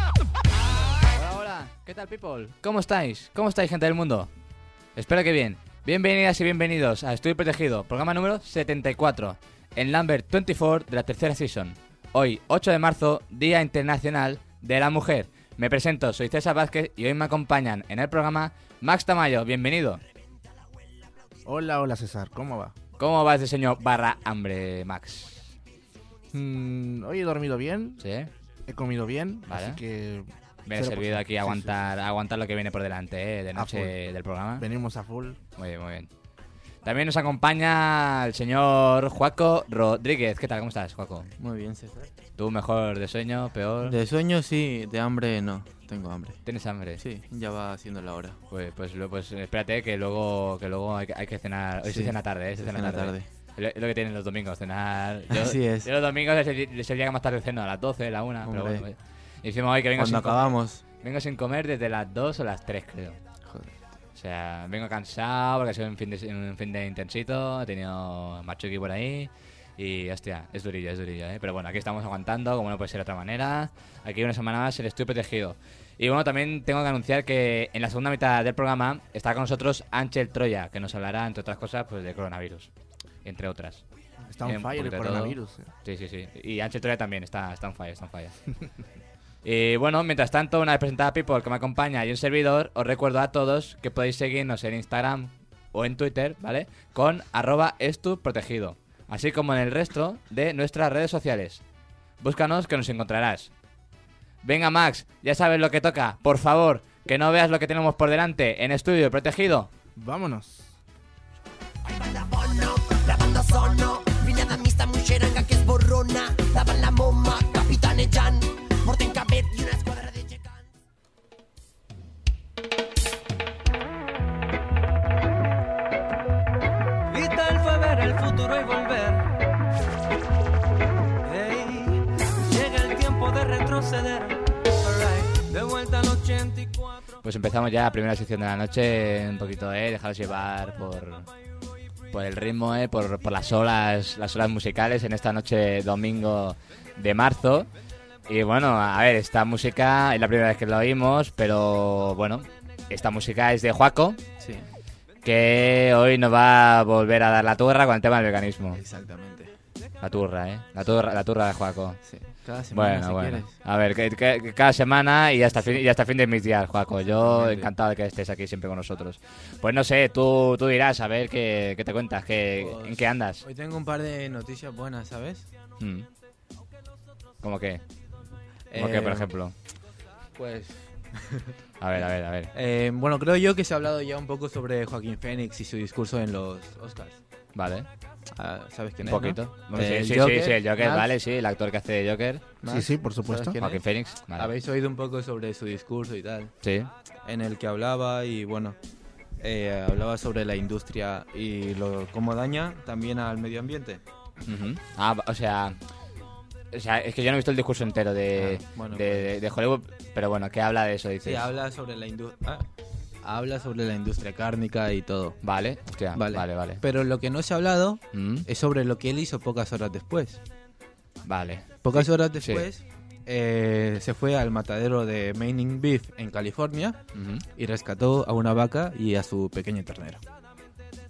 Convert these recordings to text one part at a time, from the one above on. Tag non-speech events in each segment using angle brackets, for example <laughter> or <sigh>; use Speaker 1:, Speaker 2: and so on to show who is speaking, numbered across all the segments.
Speaker 1: Hola, hola. ¿Qué tal, people? ¿Cómo estáis? ¿Cómo estáis, gente del mundo? Espero que bien. Bienvenidas y bienvenidos a Estudio Protegido, programa número 74, en Lambert 24 de la tercera season. Hoy, 8 de marzo, Día Internacional de la Mujer. Me presento, soy César Vázquez y hoy me acompañan en el programa Max Tamayo. Bienvenido.
Speaker 2: Hola, hola César, ¿cómo va?
Speaker 1: ¿Cómo va este señor barra hambre, Max?
Speaker 2: Mm, hoy he dormido bien,
Speaker 1: ¿Sí?
Speaker 2: he comido bien,
Speaker 1: Vale.
Speaker 2: así que
Speaker 1: Me ha
Speaker 2: Cero
Speaker 1: servido
Speaker 2: por
Speaker 1: aquí
Speaker 2: ciento. Sí,
Speaker 1: aguantar, aguantar lo que viene por delante eh, de noche
Speaker 2: full.
Speaker 1: del programa.
Speaker 2: venimos a full.
Speaker 1: Muy bien, muy bien. También nos acompaña el señor Juaco Rodríguez. ¿Qué tal? ¿Cómo estás, Juaco?
Speaker 3: Muy bien, César.
Speaker 1: ¿Tú mejor de sueño, peor?
Speaker 3: De sueño sí, de hambre no. Tengo hambre.
Speaker 1: ¿Tienes hambre?
Speaker 3: Sí, ya va siendo la hora.
Speaker 1: Pues, pues, lo- pues espérate que luego, que luego hay, que, hay que cenar. Hoy se
Speaker 3: Sí,
Speaker 1: cena tarde, ¿eh? Se
Speaker 3: se
Speaker 1: cena,
Speaker 3: cena
Speaker 1: tarde. Es lo- es lo que tienen los domingos, cenar. Yo-
Speaker 3: Así es.
Speaker 1: Yo los domingos es el, es el día que más tarde ceno, a las 12, a la 1. Pero
Speaker 3: Hombre.
Speaker 1: bueno, y encima hoy que vengo
Speaker 3: Cuando
Speaker 1: sin, co-
Speaker 3: acabamos.
Speaker 1: vengo sin comer desde las 2 o las 3, creo.
Speaker 3: Joder.
Speaker 1: O sea, vengo cansado porque ha sido un fin de, un fin de intensito, he tenido machuki por ahí y hostia, es durillo, es durillo, ¿eh? Pero bueno, aquí estamos aguantando, como no puede ser de otra manera. Aquí una semana más el estoy protegido. Y bueno, también tengo que anunciar que en la segunda mitad del programa está con nosotros Ángel Troya, que nos hablará, entre otras cosas, pues de coronavirus, entre otras.
Speaker 2: Está un
Speaker 1: Bien,
Speaker 2: fire el
Speaker 1: poquito de
Speaker 2: coronavirus.
Speaker 1: Sí,
Speaker 2: eh.
Speaker 1: sí, sí. Y Ángel Troya también, está, está en falla, está en <laughs> falla. Y bueno, mientras tanto, una vez presentada People que me acompaña y un servidor, os recuerdo a todos que podéis seguirnos en Instagram o en Twitter, ¿vale? Con arroba estuprotegido, así como en el resto de nuestras redes sociales. Búscanos que nos encontrarás. Venga Max, ya sabes lo que toca, por favor, que no veas lo que tenemos por delante en Estudio Protegido.
Speaker 2: Vámonos.
Speaker 4: La banda sono, vinada mista muy xeranga que es borrona Daban la moma, capitanejant, porten cabet i una esquadra de gegants
Speaker 5: Y tal fue ver el futuro y volver. Ey, llega el tiempo de retroceder. Alright, De vuelta al 84.
Speaker 1: Pues empezamos ya la primera sección de la noche, un poquito, eh, dejaros llevar por, por el ritmo, eh, por, por las olas, las olas musicales en esta noche domingo de marzo. Y bueno, a ver, esta música es la primera vez que la oímos, pero bueno, esta música es de Juaco,
Speaker 3: Sí,
Speaker 1: que hoy nos va a volver a dar la turra con el tema del veganismo.
Speaker 3: exactamente.
Speaker 1: La turra, eh, la turra, la turra de Juaco.
Speaker 3: Sí. Cada semana
Speaker 1: Bueno,
Speaker 3: si
Speaker 1: bueno.
Speaker 3: quieres.
Speaker 1: A ver, que, que- que cada semana y hasta, fin, y hasta fin de mis días, Juaco. Yo
Speaker 3: Totalmente.
Speaker 1: encantado de que estés aquí siempre con nosotros. Pues no sé, tú, tú dirás, a ver, ¿qué, qué te cuentas? ¿Qué,
Speaker 3: Pues-
Speaker 1: ¿En qué andas?
Speaker 3: Hoy tengo un par de noticias buenas, ¿sabes?
Speaker 1: Mm. ¿Cómo qué? ¿Cómo qué, por
Speaker 3: Eh,
Speaker 1: ejemplo?
Speaker 3: Pues.
Speaker 1: A ver, a ver, a ver.
Speaker 3: eh, bueno, creo yo que se ha hablado ya un poco sobre Joaquín Fénix y su discurso en los Oscars.
Speaker 1: Vale,
Speaker 3: Ah, ¿Sabes quién
Speaker 1: un
Speaker 3: es?
Speaker 1: poquito.
Speaker 3: no?
Speaker 1: Bueno, sí,
Speaker 3: El
Speaker 1: sí, sí,
Speaker 3: Joker,
Speaker 1: sí, el Joker,
Speaker 3: Max.
Speaker 1: vale, sí, el actor que hace de Joker,
Speaker 3: Max,
Speaker 2: sí, por supuesto.
Speaker 3: ¿sabes quién
Speaker 1: Joaquin
Speaker 3: es?
Speaker 1: Phoenix. Vale.
Speaker 3: Habéis oído un poco sobre su discurso y tal.
Speaker 1: Sí,
Speaker 3: en el que hablaba y bueno, eh, hablaba sobre la industria y lo, cómo daña también al medio ambiente.
Speaker 1: Ujú. Ah, o sea. O sea, es que yo no he visto el discurso entero de,
Speaker 3: Ah, bueno,
Speaker 1: de, de- de Hollywood, pero bueno, ¿qué habla de eso? Dices.
Speaker 3: Sí, habla sobre la industria. Habla sobre la industria cárnica y todo.
Speaker 1: Vale, hostia, vale,
Speaker 3: Vale.
Speaker 1: vale.
Speaker 3: Pero lo que no se ha hablado
Speaker 1: Mm,
Speaker 3: es sobre lo que él hizo pocas horas después.
Speaker 1: vale.
Speaker 3: Pocas horas
Speaker 1: Sí.
Speaker 3: después eh, se fue al matadero de Manning Beef en California
Speaker 1: Ujú.
Speaker 3: y rescató a una vaca y a su pequeño ternero.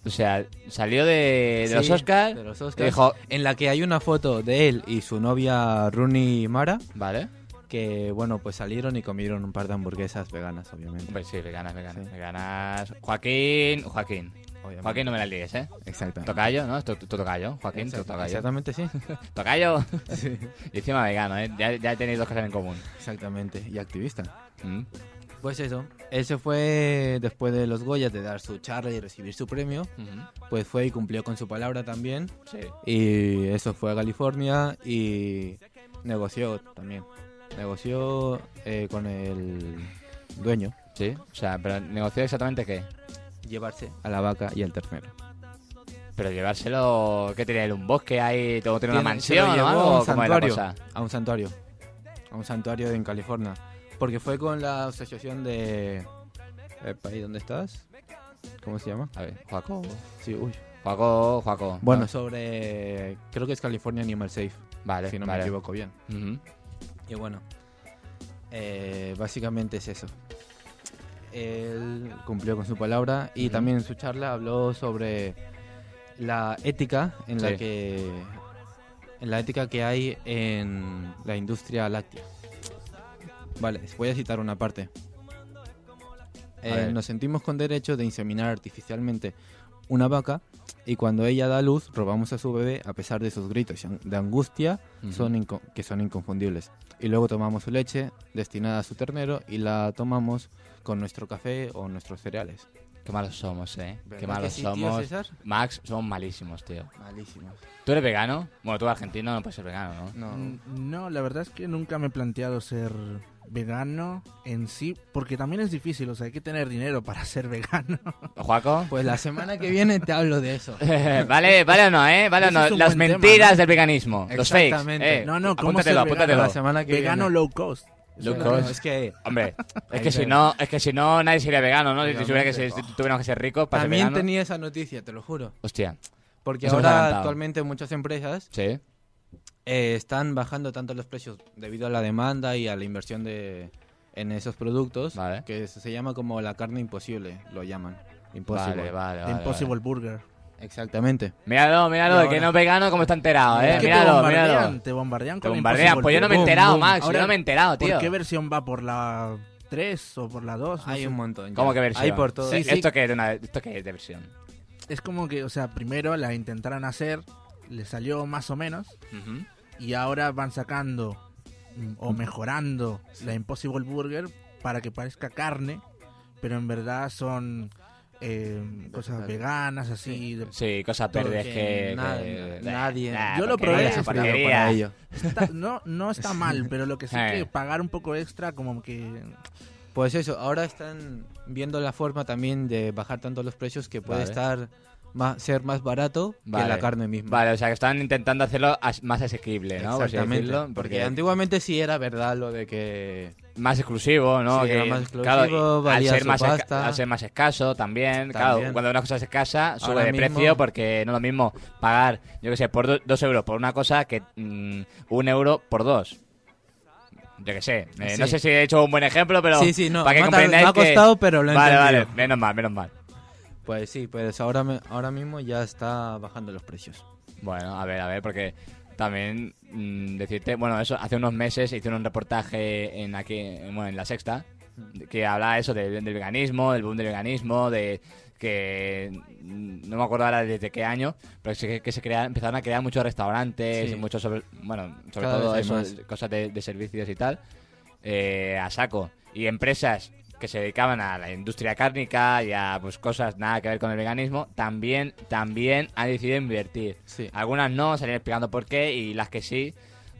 Speaker 1: O sea, salió de, de
Speaker 3: Sí,
Speaker 1: los Oscars.
Speaker 3: de los
Speaker 1: y
Speaker 3: Oscars.
Speaker 1: Dijo,
Speaker 3: En la que hay una foto de él y su novia Rooney Mara.
Speaker 1: vale.
Speaker 3: que bueno, pues salieron y comieron un par de hamburguesas veganas, obviamente.
Speaker 1: Hombre, sí, veganas, veganas.
Speaker 3: Sí.
Speaker 1: Veganas. Joaquín, Joaquín.
Speaker 3: Obviamente.
Speaker 1: Joaquín, no me la líes, ¿eh?
Speaker 3: Exactamente.
Speaker 1: Tocayo, ¿no? Tu, tu- tu tocayo, Joaquín, tu
Speaker 3: Exacta-
Speaker 1: tocayo. <laughs>
Speaker 3: Exactamente, sí.
Speaker 1: Tocayo.
Speaker 3: <laughs> Sí,
Speaker 1: y encima vegano, ¿eh? Ya, ya tenéis dos cosas en común.
Speaker 3: Exactamente. Y activista.
Speaker 1: Mm.
Speaker 3: Pues eso, él se fue después de los Goyas de dar su charla y recibir su premio,
Speaker 1: Ujú.
Speaker 3: pues fue y cumplió con su palabra también.
Speaker 1: Sí.
Speaker 3: Y eso fue a California y negoció también. Negoció eh, con el dueño
Speaker 1: Sí. O sea, pero negoció exactamente qué.
Speaker 3: llevarse a la vaca y al ternero.
Speaker 1: Pero llevárselo. ¿Qué tiene él? ¿Un bosque ahí? ¿Todo tiene una
Speaker 3: Tiene- se lo
Speaker 1: mansión o
Speaker 3: llevó
Speaker 1: algo?
Speaker 3: a un
Speaker 1: ¿Cómo es la
Speaker 3: santuario.
Speaker 1: cosa?
Speaker 3: A un santuario. A un santuario en California. Porque fue con la asociación de... ¿El país dónde estás? ¿Cómo se llama?
Speaker 1: A ver, Joaco.
Speaker 3: Sí, uy.
Speaker 1: Joaco, Joaco.
Speaker 3: Bueno, sobre... Creo que es California Animal Safe,
Speaker 1: vale,
Speaker 3: si no
Speaker 1: vale.
Speaker 3: me equivoco bien.
Speaker 1: Ujú.
Speaker 3: Y bueno, eh, básicamente es eso. Él cumplió con su palabra y
Speaker 1: Ujú.
Speaker 3: también en su charla habló sobre la ética en
Speaker 1: Sí.
Speaker 3: la que en la ética que hay en la industria láctea. Vale, voy a citar una parte. Eh,
Speaker 1: ver.
Speaker 3: nos sentimos con derecho de inseminar artificialmente una vaca y cuando ella da luz robamos a su bebé a pesar de sus gritos de angustia
Speaker 1: Ujú.
Speaker 3: son inco- que son inconfundibles. Y luego tomamos su leche destinada a su ternero y la tomamos con nuestro café o nuestros cereales.
Speaker 1: Qué malos somos, eh.
Speaker 3: ¿Verdad
Speaker 1: Qué
Speaker 3: que
Speaker 1: malos
Speaker 3: sí, tío,
Speaker 1: somos.
Speaker 3: César?
Speaker 1: Max, somos malísimos, tío.
Speaker 3: Malísimo.
Speaker 1: ¿Tú eres vegano? Bueno, tú eres argentino, no puedes ser vegano, ¿no?
Speaker 3: No.
Speaker 2: Mm, No, la verdad es que nunca me he planteado ser vegano en sí, porque también es difícil, o sea, hay que tener dinero para <laughs> ser vegano.
Speaker 3: <laughs>
Speaker 1: ¿Joaco?
Speaker 3: Pues la semana que viene te hablo
Speaker 1: <laughs>
Speaker 3: de eso.
Speaker 1: vale, vale o no, ¿eh? Vale o
Speaker 2: Ese
Speaker 1: no.
Speaker 2: es un
Speaker 1: Las
Speaker 2: buen tema,
Speaker 1: mentiras
Speaker 2: ¿no?
Speaker 1: del veganismo. Los fakes.
Speaker 3: Exactamente.
Speaker 1: eh.
Speaker 2: No, no, ¿cómo
Speaker 1: apúntatelo,
Speaker 2: ser
Speaker 1: apúntatelo.
Speaker 3: La semana que
Speaker 2: vegano
Speaker 3: viene.
Speaker 2: low cost.
Speaker 1: Low
Speaker 3: No,
Speaker 1: cost.
Speaker 3: no, es que
Speaker 1: <laughs> Hombre, es
Speaker 3: Ahí
Speaker 1: que si
Speaker 3: ves.
Speaker 1: no, es que si no nadie sería vegano, ¿no? Si
Speaker 3: Obviamente.
Speaker 1: tuviera que ser- si tuviéramos que ser ricos para ser
Speaker 3: también
Speaker 1: vegano.
Speaker 3: tenía esa noticia, te lo juro.
Speaker 1: Hostia,
Speaker 3: Porque
Speaker 1: Eso me ha
Speaker 3: ahora
Speaker 1: encantado.
Speaker 3: actualmente muchas empresas
Speaker 1: sí.
Speaker 3: eh, están bajando tanto los precios debido a la demanda y a la inversión de en esos productos
Speaker 1: Vale.
Speaker 3: que se- se llama como la carne imposible, lo llaman.
Speaker 1: Vale,
Speaker 3: Imposible.
Speaker 1: vale, vale.
Speaker 2: The
Speaker 1: vale.
Speaker 2: Impossible Burger.
Speaker 3: Exactamente.
Speaker 1: Míralo, míralo,
Speaker 3: Y
Speaker 1: el que
Speaker 3: ahora-
Speaker 1: no es vegano, como está enterado,
Speaker 2: Es
Speaker 1: eh.
Speaker 2: que te
Speaker 1: Míralo,
Speaker 2: bombardean,
Speaker 1: míralo.
Speaker 2: te bombardean
Speaker 1: Te
Speaker 2: con
Speaker 1: bombardean.
Speaker 2: Impossible
Speaker 1: Pues yo no me he
Speaker 2: Burger.
Speaker 1: enterado,
Speaker 3: boom.
Speaker 1: Max. Yo
Speaker 2: Ahora,
Speaker 1: no me he enterado, tío.
Speaker 2: ¿Por qué versión va? ¿Por la 3 o por la 2?
Speaker 3: Hay un montón. ya.
Speaker 1: ¿Cómo que versión?
Speaker 3: Hay por todo.
Speaker 2: Sí, sí.
Speaker 1: ¿Esto qué es de una- esto qué es de versión?
Speaker 2: Es como que, o sea, primero la intentaron hacer, le salió más o menos,
Speaker 1: Ujú.
Speaker 2: y ahora van sacando mm, o mejorando la Impossible Burger para que parezca carne, pero en verdad son eh, cosas
Speaker 3: Vegetales.
Speaker 2: veganas, así. de-
Speaker 1: Sí, cosas
Speaker 2: Todo
Speaker 1: verdes
Speaker 3: que
Speaker 1: que...
Speaker 3: nadie-
Speaker 1: que-
Speaker 3: nadie-
Speaker 1: Nah,
Speaker 2: Yo lo
Speaker 1: porquería,
Speaker 2: probé,
Speaker 1: esa
Speaker 2: es
Speaker 3: Preparado
Speaker 1: porquería.
Speaker 3: para ello.
Speaker 2: está- no, no está mal, pero lo que sí
Speaker 1: Eh.
Speaker 2: que pagar un poco extra, como que
Speaker 3: Pues eso, ahora están viendo la forma también de bajar tanto los precios que puede
Speaker 1: Vale.
Speaker 3: estar más, ser más barato
Speaker 1: Vale.
Speaker 3: que la carne misma.
Speaker 1: Vale, o sea, que están intentando hacerlo as- más asequible, ¿no? Por así
Speaker 3: Exactamente.
Speaker 1: decirlo,
Speaker 3: porque
Speaker 1: porque
Speaker 3: antiguamente sí era verdad lo de que
Speaker 1: más exclusivo, ¿no?
Speaker 3: Sí,
Speaker 1: que,
Speaker 3: era más exclusivo,
Speaker 1: claro, al,
Speaker 3: valía
Speaker 1: ser
Speaker 3: su
Speaker 1: más esca-
Speaker 3: pasta.
Speaker 1: al ser más escaso también, Claro,
Speaker 3: También.
Speaker 1: cuando una cosa es escasa, sube
Speaker 3: Ahora
Speaker 1: de
Speaker 3: mismo-
Speaker 1: precio porque no es lo mismo pagar, yo qué sé, por do- dos euros por una cosa que mm, un euro por dos. Yo qué sé. eh, No
Speaker 3: Sí.
Speaker 1: sé si he hecho un buen ejemplo, pero
Speaker 3: Sí, sí, no,
Speaker 1: para que
Speaker 3: me ha tar-
Speaker 1: comprendáis
Speaker 3: me ha
Speaker 1: que-
Speaker 3: costado, pero lo he
Speaker 1: Vale, vale,
Speaker 3: entendido.
Speaker 1: menos mal, menos mal.
Speaker 3: pues sí, pues ahora me- ahora mismo ya está bajando los precios.
Speaker 1: Bueno, a ver, a ver, porque también mm, decirte, bueno, eso, hace unos meses hice un reportaje en aquí, en- bueno, en la sexta, que hablaba eso de- del veganismo, del boom del veganismo, de que mm, no me acuerdo ahora desde qué año, pero sí que, que se crea- empezaron a crear muchos restaurantes
Speaker 3: Sí.
Speaker 1: y muchos sobre, bueno, sobre
Speaker 3: Cada
Speaker 1: todo
Speaker 3: vez hay
Speaker 1: eso,
Speaker 3: más.
Speaker 1: cosas de, de servicios y tal, eh, a saco. Y empresas que se dedicaban a la industria cárnica y a pues cosas nada que ver con el veganismo, también, también han decidido invertir.
Speaker 3: Sí.
Speaker 1: Algunas no, salían explicando por qué, y las que sí,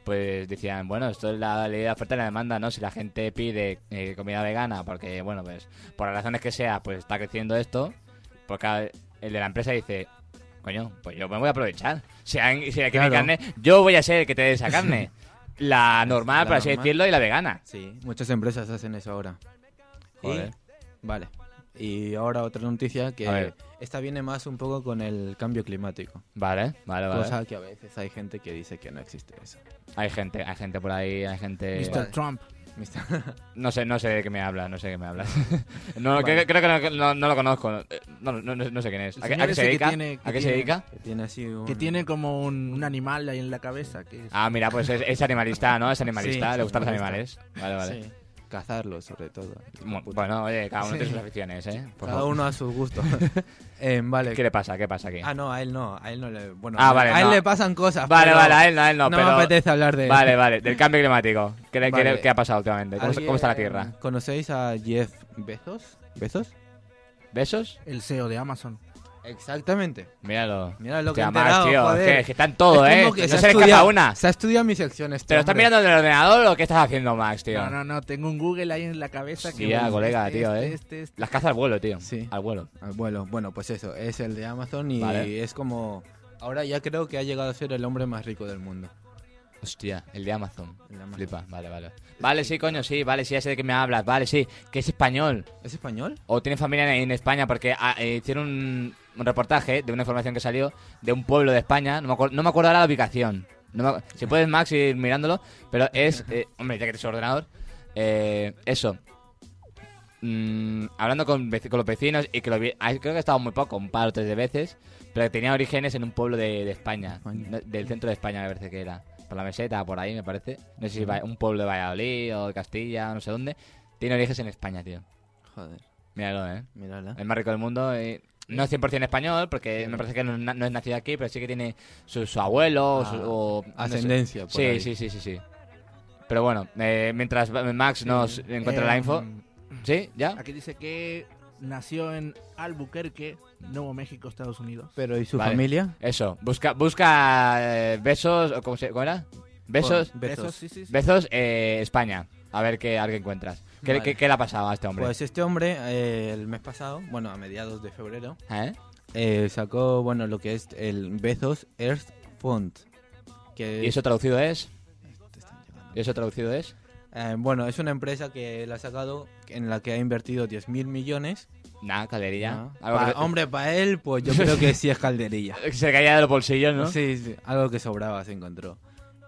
Speaker 1: pues decían, bueno, esto es la ley de la oferta y la demanda, ¿no? Si la gente pide eh, comida vegana, porque, bueno, pues por las razones que sea, pues está creciendo esto, pues cada- el de la empresa dice, coño, pues yo me voy a aprovechar. Si hay, si hay aquí mi
Speaker 3: Claro.
Speaker 1: carne, yo voy a ser el que te dé esa
Speaker 3: <laughs>
Speaker 1: carne. La normal,
Speaker 3: La
Speaker 1: por así
Speaker 3: normal.
Speaker 1: decirlo, y la vegana.
Speaker 3: Sí, muchas empresas hacen eso ahora. Y-
Speaker 1: Joder.
Speaker 3: vale. Y ahora otra
Speaker 1: A
Speaker 3: noticia
Speaker 1: ver.
Speaker 3: que esta viene más un poco con el cambio climático.
Speaker 1: Vale, vale, vale.
Speaker 3: Cosa que a veces hay gente que dice que no existe eso. <laughs>
Speaker 1: Hay gente, hay gente por ahí, hay gente...
Speaker 2: Mr.
Speaker 3: Eh, vale.
Speaker 2: Trump.
Speaker 1: No sé, no sé de qué me hablas, no sé de qué me
Speaker 3: <laughs>
Speaker 1: hablas. no,
Speaker 3: Vale.
Speaker 1: creo, creo que no, no- no lo conozco. eh, No, no, no- no sé quién es.
Speaker 2: El
Speaker 1: ¿A qué,
Speaker 2: señor
Speaker 1: a qué se
Speaker 2: ese que
Speaker 1: dedica?
Speaker 2: tiene-
Speaker 1: ¿A
Speaker 2: que
Speaker 1: qué se
Speaker 2: tiene-
Speaker 1: dedica?
Speaker 3: que tiene así un...
Speaker 2: Que tiene como un, un animal ahí en la cabeza. Que es-
Speaker 1: Ah, mira, pues es, es animalista, ¿no? Es animalista,
Speaker 3: Sí,
Speaker 1: le gustan los
Speaker 3: animalista.
Speaker 1: animales. Vale, vale.
Speaker 3: Sí. cazarlos sobre todo.
Speaker 1: Mu- Bueno, oye, cada uno tiene sus aficiones, ¿eh? Por
Speaker 3: Cada
Speaker 1: favor.
Speaker 3: uno a
Speaker 1: <laughs>
Speaker 3: sus gustos. Em, vale.
Speaker 1: ¿Qué le pasa? ¿Qué pasa aquí?
Speaker 3: Ah, no, a él no, a él no le... Bueno,
Speaker 1: Ah,
Speaker 3: a-
Speaker 1: vale,
Speaker 3: a él
Speaker 1: no.
Speaker 3: le pasan cosas.
Speaker 1: vale,
Speaker 3: pero
Speaker 1: vale, a él no, a él no,
Speaker 3: No
Speaker 1: pero...
Speaker 3: me apetece hablar de él.
Speaker 1: Vale, vale, del cambio climático. ¿Qué, le- qué le-
Speaker 3: Vale.
Speaker 1: qué ha pasado últimamente? ¿Cómo, está-
Speaker 3: ¿Alguien
Speaker 1: cómo está la Tierra?
Speaker 3: ¿Conocéis a Jeff Bezos? ¿Bezos? eh,
Speaker 1: ¿Besos?
Speaker 2: El CEO de Amazon.
Speaker 3: Exactamente.
Speaker 1: Míralo.
Speaker 3: Mira lo que
Speaker 1: Te
Speaker 3: he
Speaker 1: amas,
Speaker 3: enterado,
Speaker 1: tío.
Speaker 3: joder.
Speaker 1: Es que, es que están todos,
Speaker 3: Es
Speaker 1: ¿eh?
Speaker 3: como
Speaker 1: No
Speaker 3: que
Speaker 1: se,
Speaker 3: ha
Speaker 1: le escapa
Speaker 3: estudiado-
Speaker 1: una.
Speaker 3: Se ha estudiado mis secciones.
Speaker 1: ¿Te lo estás mirando en el ordenador o qué estás haciendo, Max, tío?
Speaker 2: No, no, no, tengo un Google ahí en la cabeza que...
Speaker 1: Sí, ya,
Speaker 2: bueno,
Speaker 1: colega, tío, ¿eh?
Speaker 2: este, este.
Speaker 1: Las cazas al vuelo, tío.
Speaker 3: Sí.
Speaker 1: Al vuelo.
Speaker 3: Bueno, bueno, pues eso, es el de Amazon y
Speaker 1: Vale.
Speaker 3: es como... Ahora ya creo que ha llegado a ser el hombre más rico del mundo.
Speaker 1: Hostia, el de Amazon.
Speaker 3: El de Amazon.
Speaker 1: Flipa, vale, vale. Vale, sí, coño, sí, vale, sí, ya sé de qué me hablas. Vale, sí, que es español.
Speaker 3: ¿Es español?
Speaker 1: O tiene familia en, en España, porque ah, eh, hicieron un, un reportaje de una información que salió de un pueblo de España. No me, acuer- no me acuerdo ahora la ubicación. No me acu- si puedes, Max, ir mirándolo. Pero es. eh, hombre, ya que eres ordenador. eh, eso. Mm, hablando con, veci- con los vecinos y que lo vi- ah, creo que he estado muy poco, un par o tres de veces. Pero que tenía orígenes en un pueblo de, de España,
Speaker 3: España.
Speaker 1: no- del centro de España, me parece que era. Por la meseta, por ahí, me parece. No sé si va- un pueblo de Valladolid o de Castilla, no sé dónde. Tiene orígenes en España, tío.
Speaker 3: Joder,
Speaker 1: Míralo, eh.
Speaker 3: mírala.
Speaker 1: El más rico del mundo. eh, no es 100% español, porque me parece que no, es na- no es nacido aquí, pero sí que tiene su, su abuelo o
Speaker 3: Ah,
Speaker 1: su- o... no sé.
Speaker 3: ascendencia, por
Speaker 1: sí,
Speaker 3: ahí.
Speaker 1: sí, sí, sí, sí. Pero bueno, eh, mientras va- Max nos encuentra la
Speaker 2: Eh,
Speaker 1: info... ¿Sí? ¿Ya?
Speaker 2: Aquí dice que nació en Albuquerque, Nuevo México, Estados Unidos.
Speaker 3: Pero ¿y su
Speaker 1: Vale.
Speaker 3: familia?
Speaker 1: Eso. Busca, busca eh, besos... o ¿cómo, se, ¿Cómo era? Besos...
Speaker 3: Con- Bezos.
Speaker 2: sí, sí, sí.
Speaker 1: Besos eh, España. A ver qué, a ver qué encuentras. ¿Qué,
Speaker 3: Vale.
Speaker 1: qué- qué le ha pasado a este hombre?
Speaker 3: Pues este hombre, eh, el mes pasado, bueno, a mediados de febrero,
Speaker 1: ¿Eh?
Speaker 3: eh, sacó, bueno, lo que es el Bezos Earth Fund. Que
Speaker 1: ¿Y eso traducido es?
Speaker 3: te están llegando.
Speaker 1: ¿Y eso traducido es?
Speaker 3: Eh, bueno, es una empresa que la ha sacado, en la que ha invertido 10 mil millones.
Speaker 1: Nah, caldería.
Speaker 3: ¿no?
Speaker 1: Algo
Speaker 3: Pa-
Speaker 1: que-
Speaker 3: Hombre, para él, pues yo creo que sí es calderilla.
Speaker 1: <laughs> Se le caía de los bolsillos, ¿no?
Speaker 3: Sí, sí, algo que sobraba se encontró.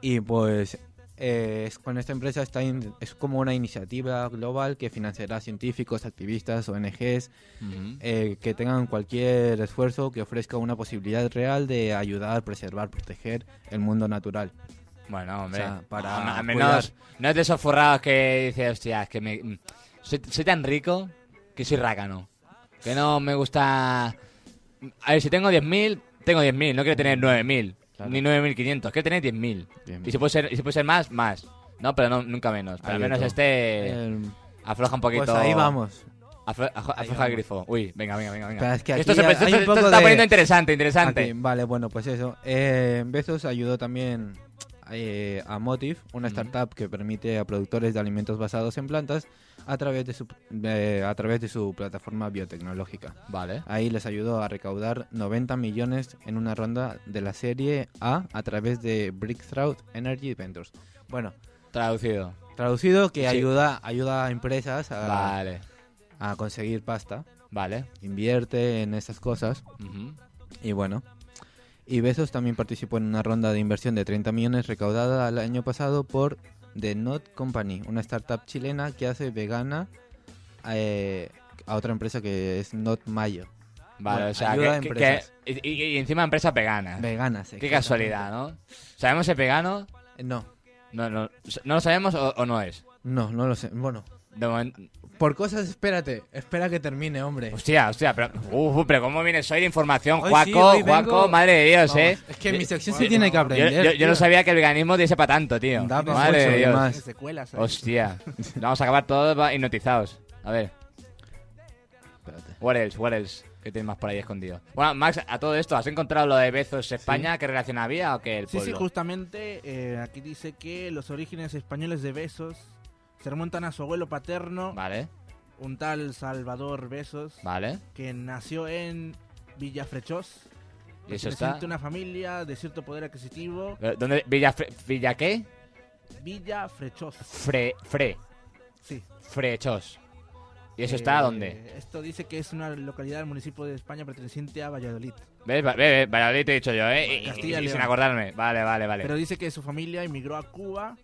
Speaker 3: Y pues eh, es- con esta empresa está in- es como una iniciativa global que financiará científicos, activistas, ONGs,
Speaker 1: Ujú.
Speaker 3: eh, que tengan cualquier esfuerzo que ofrezca una posibilidad real de ayudar, preservar, proteger el mundo natural.
Speaker 1: Bueno, hombre.
Speaker 3: O sea, para
Speaker 1: a, a
Speaker 3: cuidar.
Speaker 1: menos, no es de esos forrados que dices, hostia, es que me, mm, soy, soy tan rico que soy rácano. Que no me gusta... A ver, si tengo 10.000, tengo 10.000. No quiero tener 9.000,
Speaker 3: Claro.
Speaker 1: ni 9.500. Quiero tener 10.000.
Speaker 3: 10.000.
Speaker 1: Y si puede ser, y si puede ser más, más. No, pero no, nunca menos. Pero
Speaker 3: Ahí
Speaker 1: al menos
Speaker 3: todo.
Speaker 1: este
Speaker 3: Eh,
Speaker 1: afloja un poquito...
Speaker 3: pues ahí vamos.
Speaker 1: aflo- ajo- afloja el grifo. Uy, venga, venga, venga.
Speaker 3: Pero
Speaker 1: venga.
Speaker 3: es que
Speaker 1: esto
Speaker 3: aquí
Speaker 1: se,
Speaker 3: hay
Speaker 1: esto-
Speaker 3: un
Speaker 1: esto
Speaker 3: poco
Speaker 1: se está
Speaker 3: de-
Speaker 1: poniendo interesante, interesante.
Speaker 3: Aquí, vale, bueno, pues eso. Eh, Bezos ayudó también eh, a Motif, una
Speaker 1: Ujú.
Speaker 3: startup que permite a productores de alimentos basados en plantas a través de su, de- a través de su plataforma biotecnológica.
Speaker 1: Vale.
Speaker 3: Ahí les ayudó a recaudar 90 millones en una ronda de la serie A a través de Breakthrough Energy Ventures. Bueno,
Speaker 1: Traducido.
Speaker 3: traducido que
Speaker 1: Sí.
Speaker 3: ayuda, ayuda a empresas a,
Speaker 1: Vale.
Speaker 3: a conseguir pasta,
Speaker 1: Vale.
Speaker 3: invierte en estas cosas.
Speaker 1: Ujú.
Speaker 3: Y bueno. Y Bezos también participó en una ronda de inversión de 30 millones recaudada el año pasado por The Not Company, una startup chilena que hace vegana eh, a otra empresa que es Not Mayo.
Speaker 1: Vale,
Speaker 3: Bueno,
Speaker 1: o sea,
Speaker 3: ayuda
Speaker 1: que,
Speaker 3: a
Speaker 1: que- que-
Speaker 3: empresas.
Speaker 1: y, y- y encima empresas veganas.
Speaker 3: Veganas.
Speaker 1: Qué
Speaker 3: exactamente.
Speaker 1: casualidad, ¿no? ¿Sabemos si es vegano?
Speaker 3: No,
Speaker 1: No, no, no lo sabemos o, o no es.
Speaker 3: no, no lo sé. Bueno,
Speaker 1: De momento...
Speaker 3: por cosas, espérate, espera que termine, hombre.
Speaker 1: Hostia, hostia, pero, uf, pero ¿cómo vienes hoy de información,
Speaker 3: Hoy
Speaker 1: Juaco?
Speaker 3: sí, hoy
Speaker 1: Juaco,
Speaker 3: vengo-
Speaker 1: madre de Dios,
Speaker 3: Vamos,
Speaker 1: ¿eh?
Speaker 3: Es que mi
Speaker 1: Yo-
Speaker 3: sección sí tiene que
Speaker 1: yo,
Speaker 3: aprender.
Speaker 1: yo- yo no
Speaker 3: tío.
Speaker 1: sabía que el veganismo diese para tanto, tío.
Speaker 3: Da pa'
Speaker 1: madre
Speaker 3: mucho
Speaker 1: de
Speaker 3: y
Speaker 1: Dios.
Speaker 3: más.
Speaker 2: Tiene secuelas. ¿eh?
Speaker 3: <laughs>
Speaker 1: Hostia. Vamos a acabar todos va- hipnotizados. A ver,
Speaker 3: Espérate.
Speaker 1: what else, what else? ¿Qué tienes más por ahí escondido? Bueno, Max, a todo esto, ¿has encontrado lo de Bezos España? ¿Qué relación había o qué? El
Speaker 2: Sí, sí,
Speaker 1: pueblo?
Speaker 2: justamente eh, aquí dice que los orígenes españoles de Besos se remontan a su abuelo paterno,
Speaker 1: Vale,
Speaker 2: un tal Salvador Besos,
Speaker 1: vale.
Speaker 2: que nació en Villafrechós.
Speaker 1: Y eso
Speaker 2: perteneciente
Speaker 1: está...
Speaker 2: a una familia de cierto poder adquisitivo.
Speaker 1: Eh, ¿Dónde? ¿Villa, Fre- Villa qué?
Speaker 2: Villafrechós.
Speaker 1: Fre, fre,
Speaker 2: Sí.
Speaker 1: frechos. ¿Y eso está
Speaker 2: Eh,
Speaker 1: dónde?
Speaker 2: Esto dice que es una localidad del municipio de España perteneciente a Valladolid.
Speaker 1: ¿Ves? Va- ve- ve, Valladolid te he dicho yo, ¿eh? Y- y-
Speaker 2: Castilla y
Speaker 1: y sin
Speaker 2: León.
Speaker 1: acordarme. Vale, vale, vale.
Speaker 2: Pero dice que su familia emigró a Cuba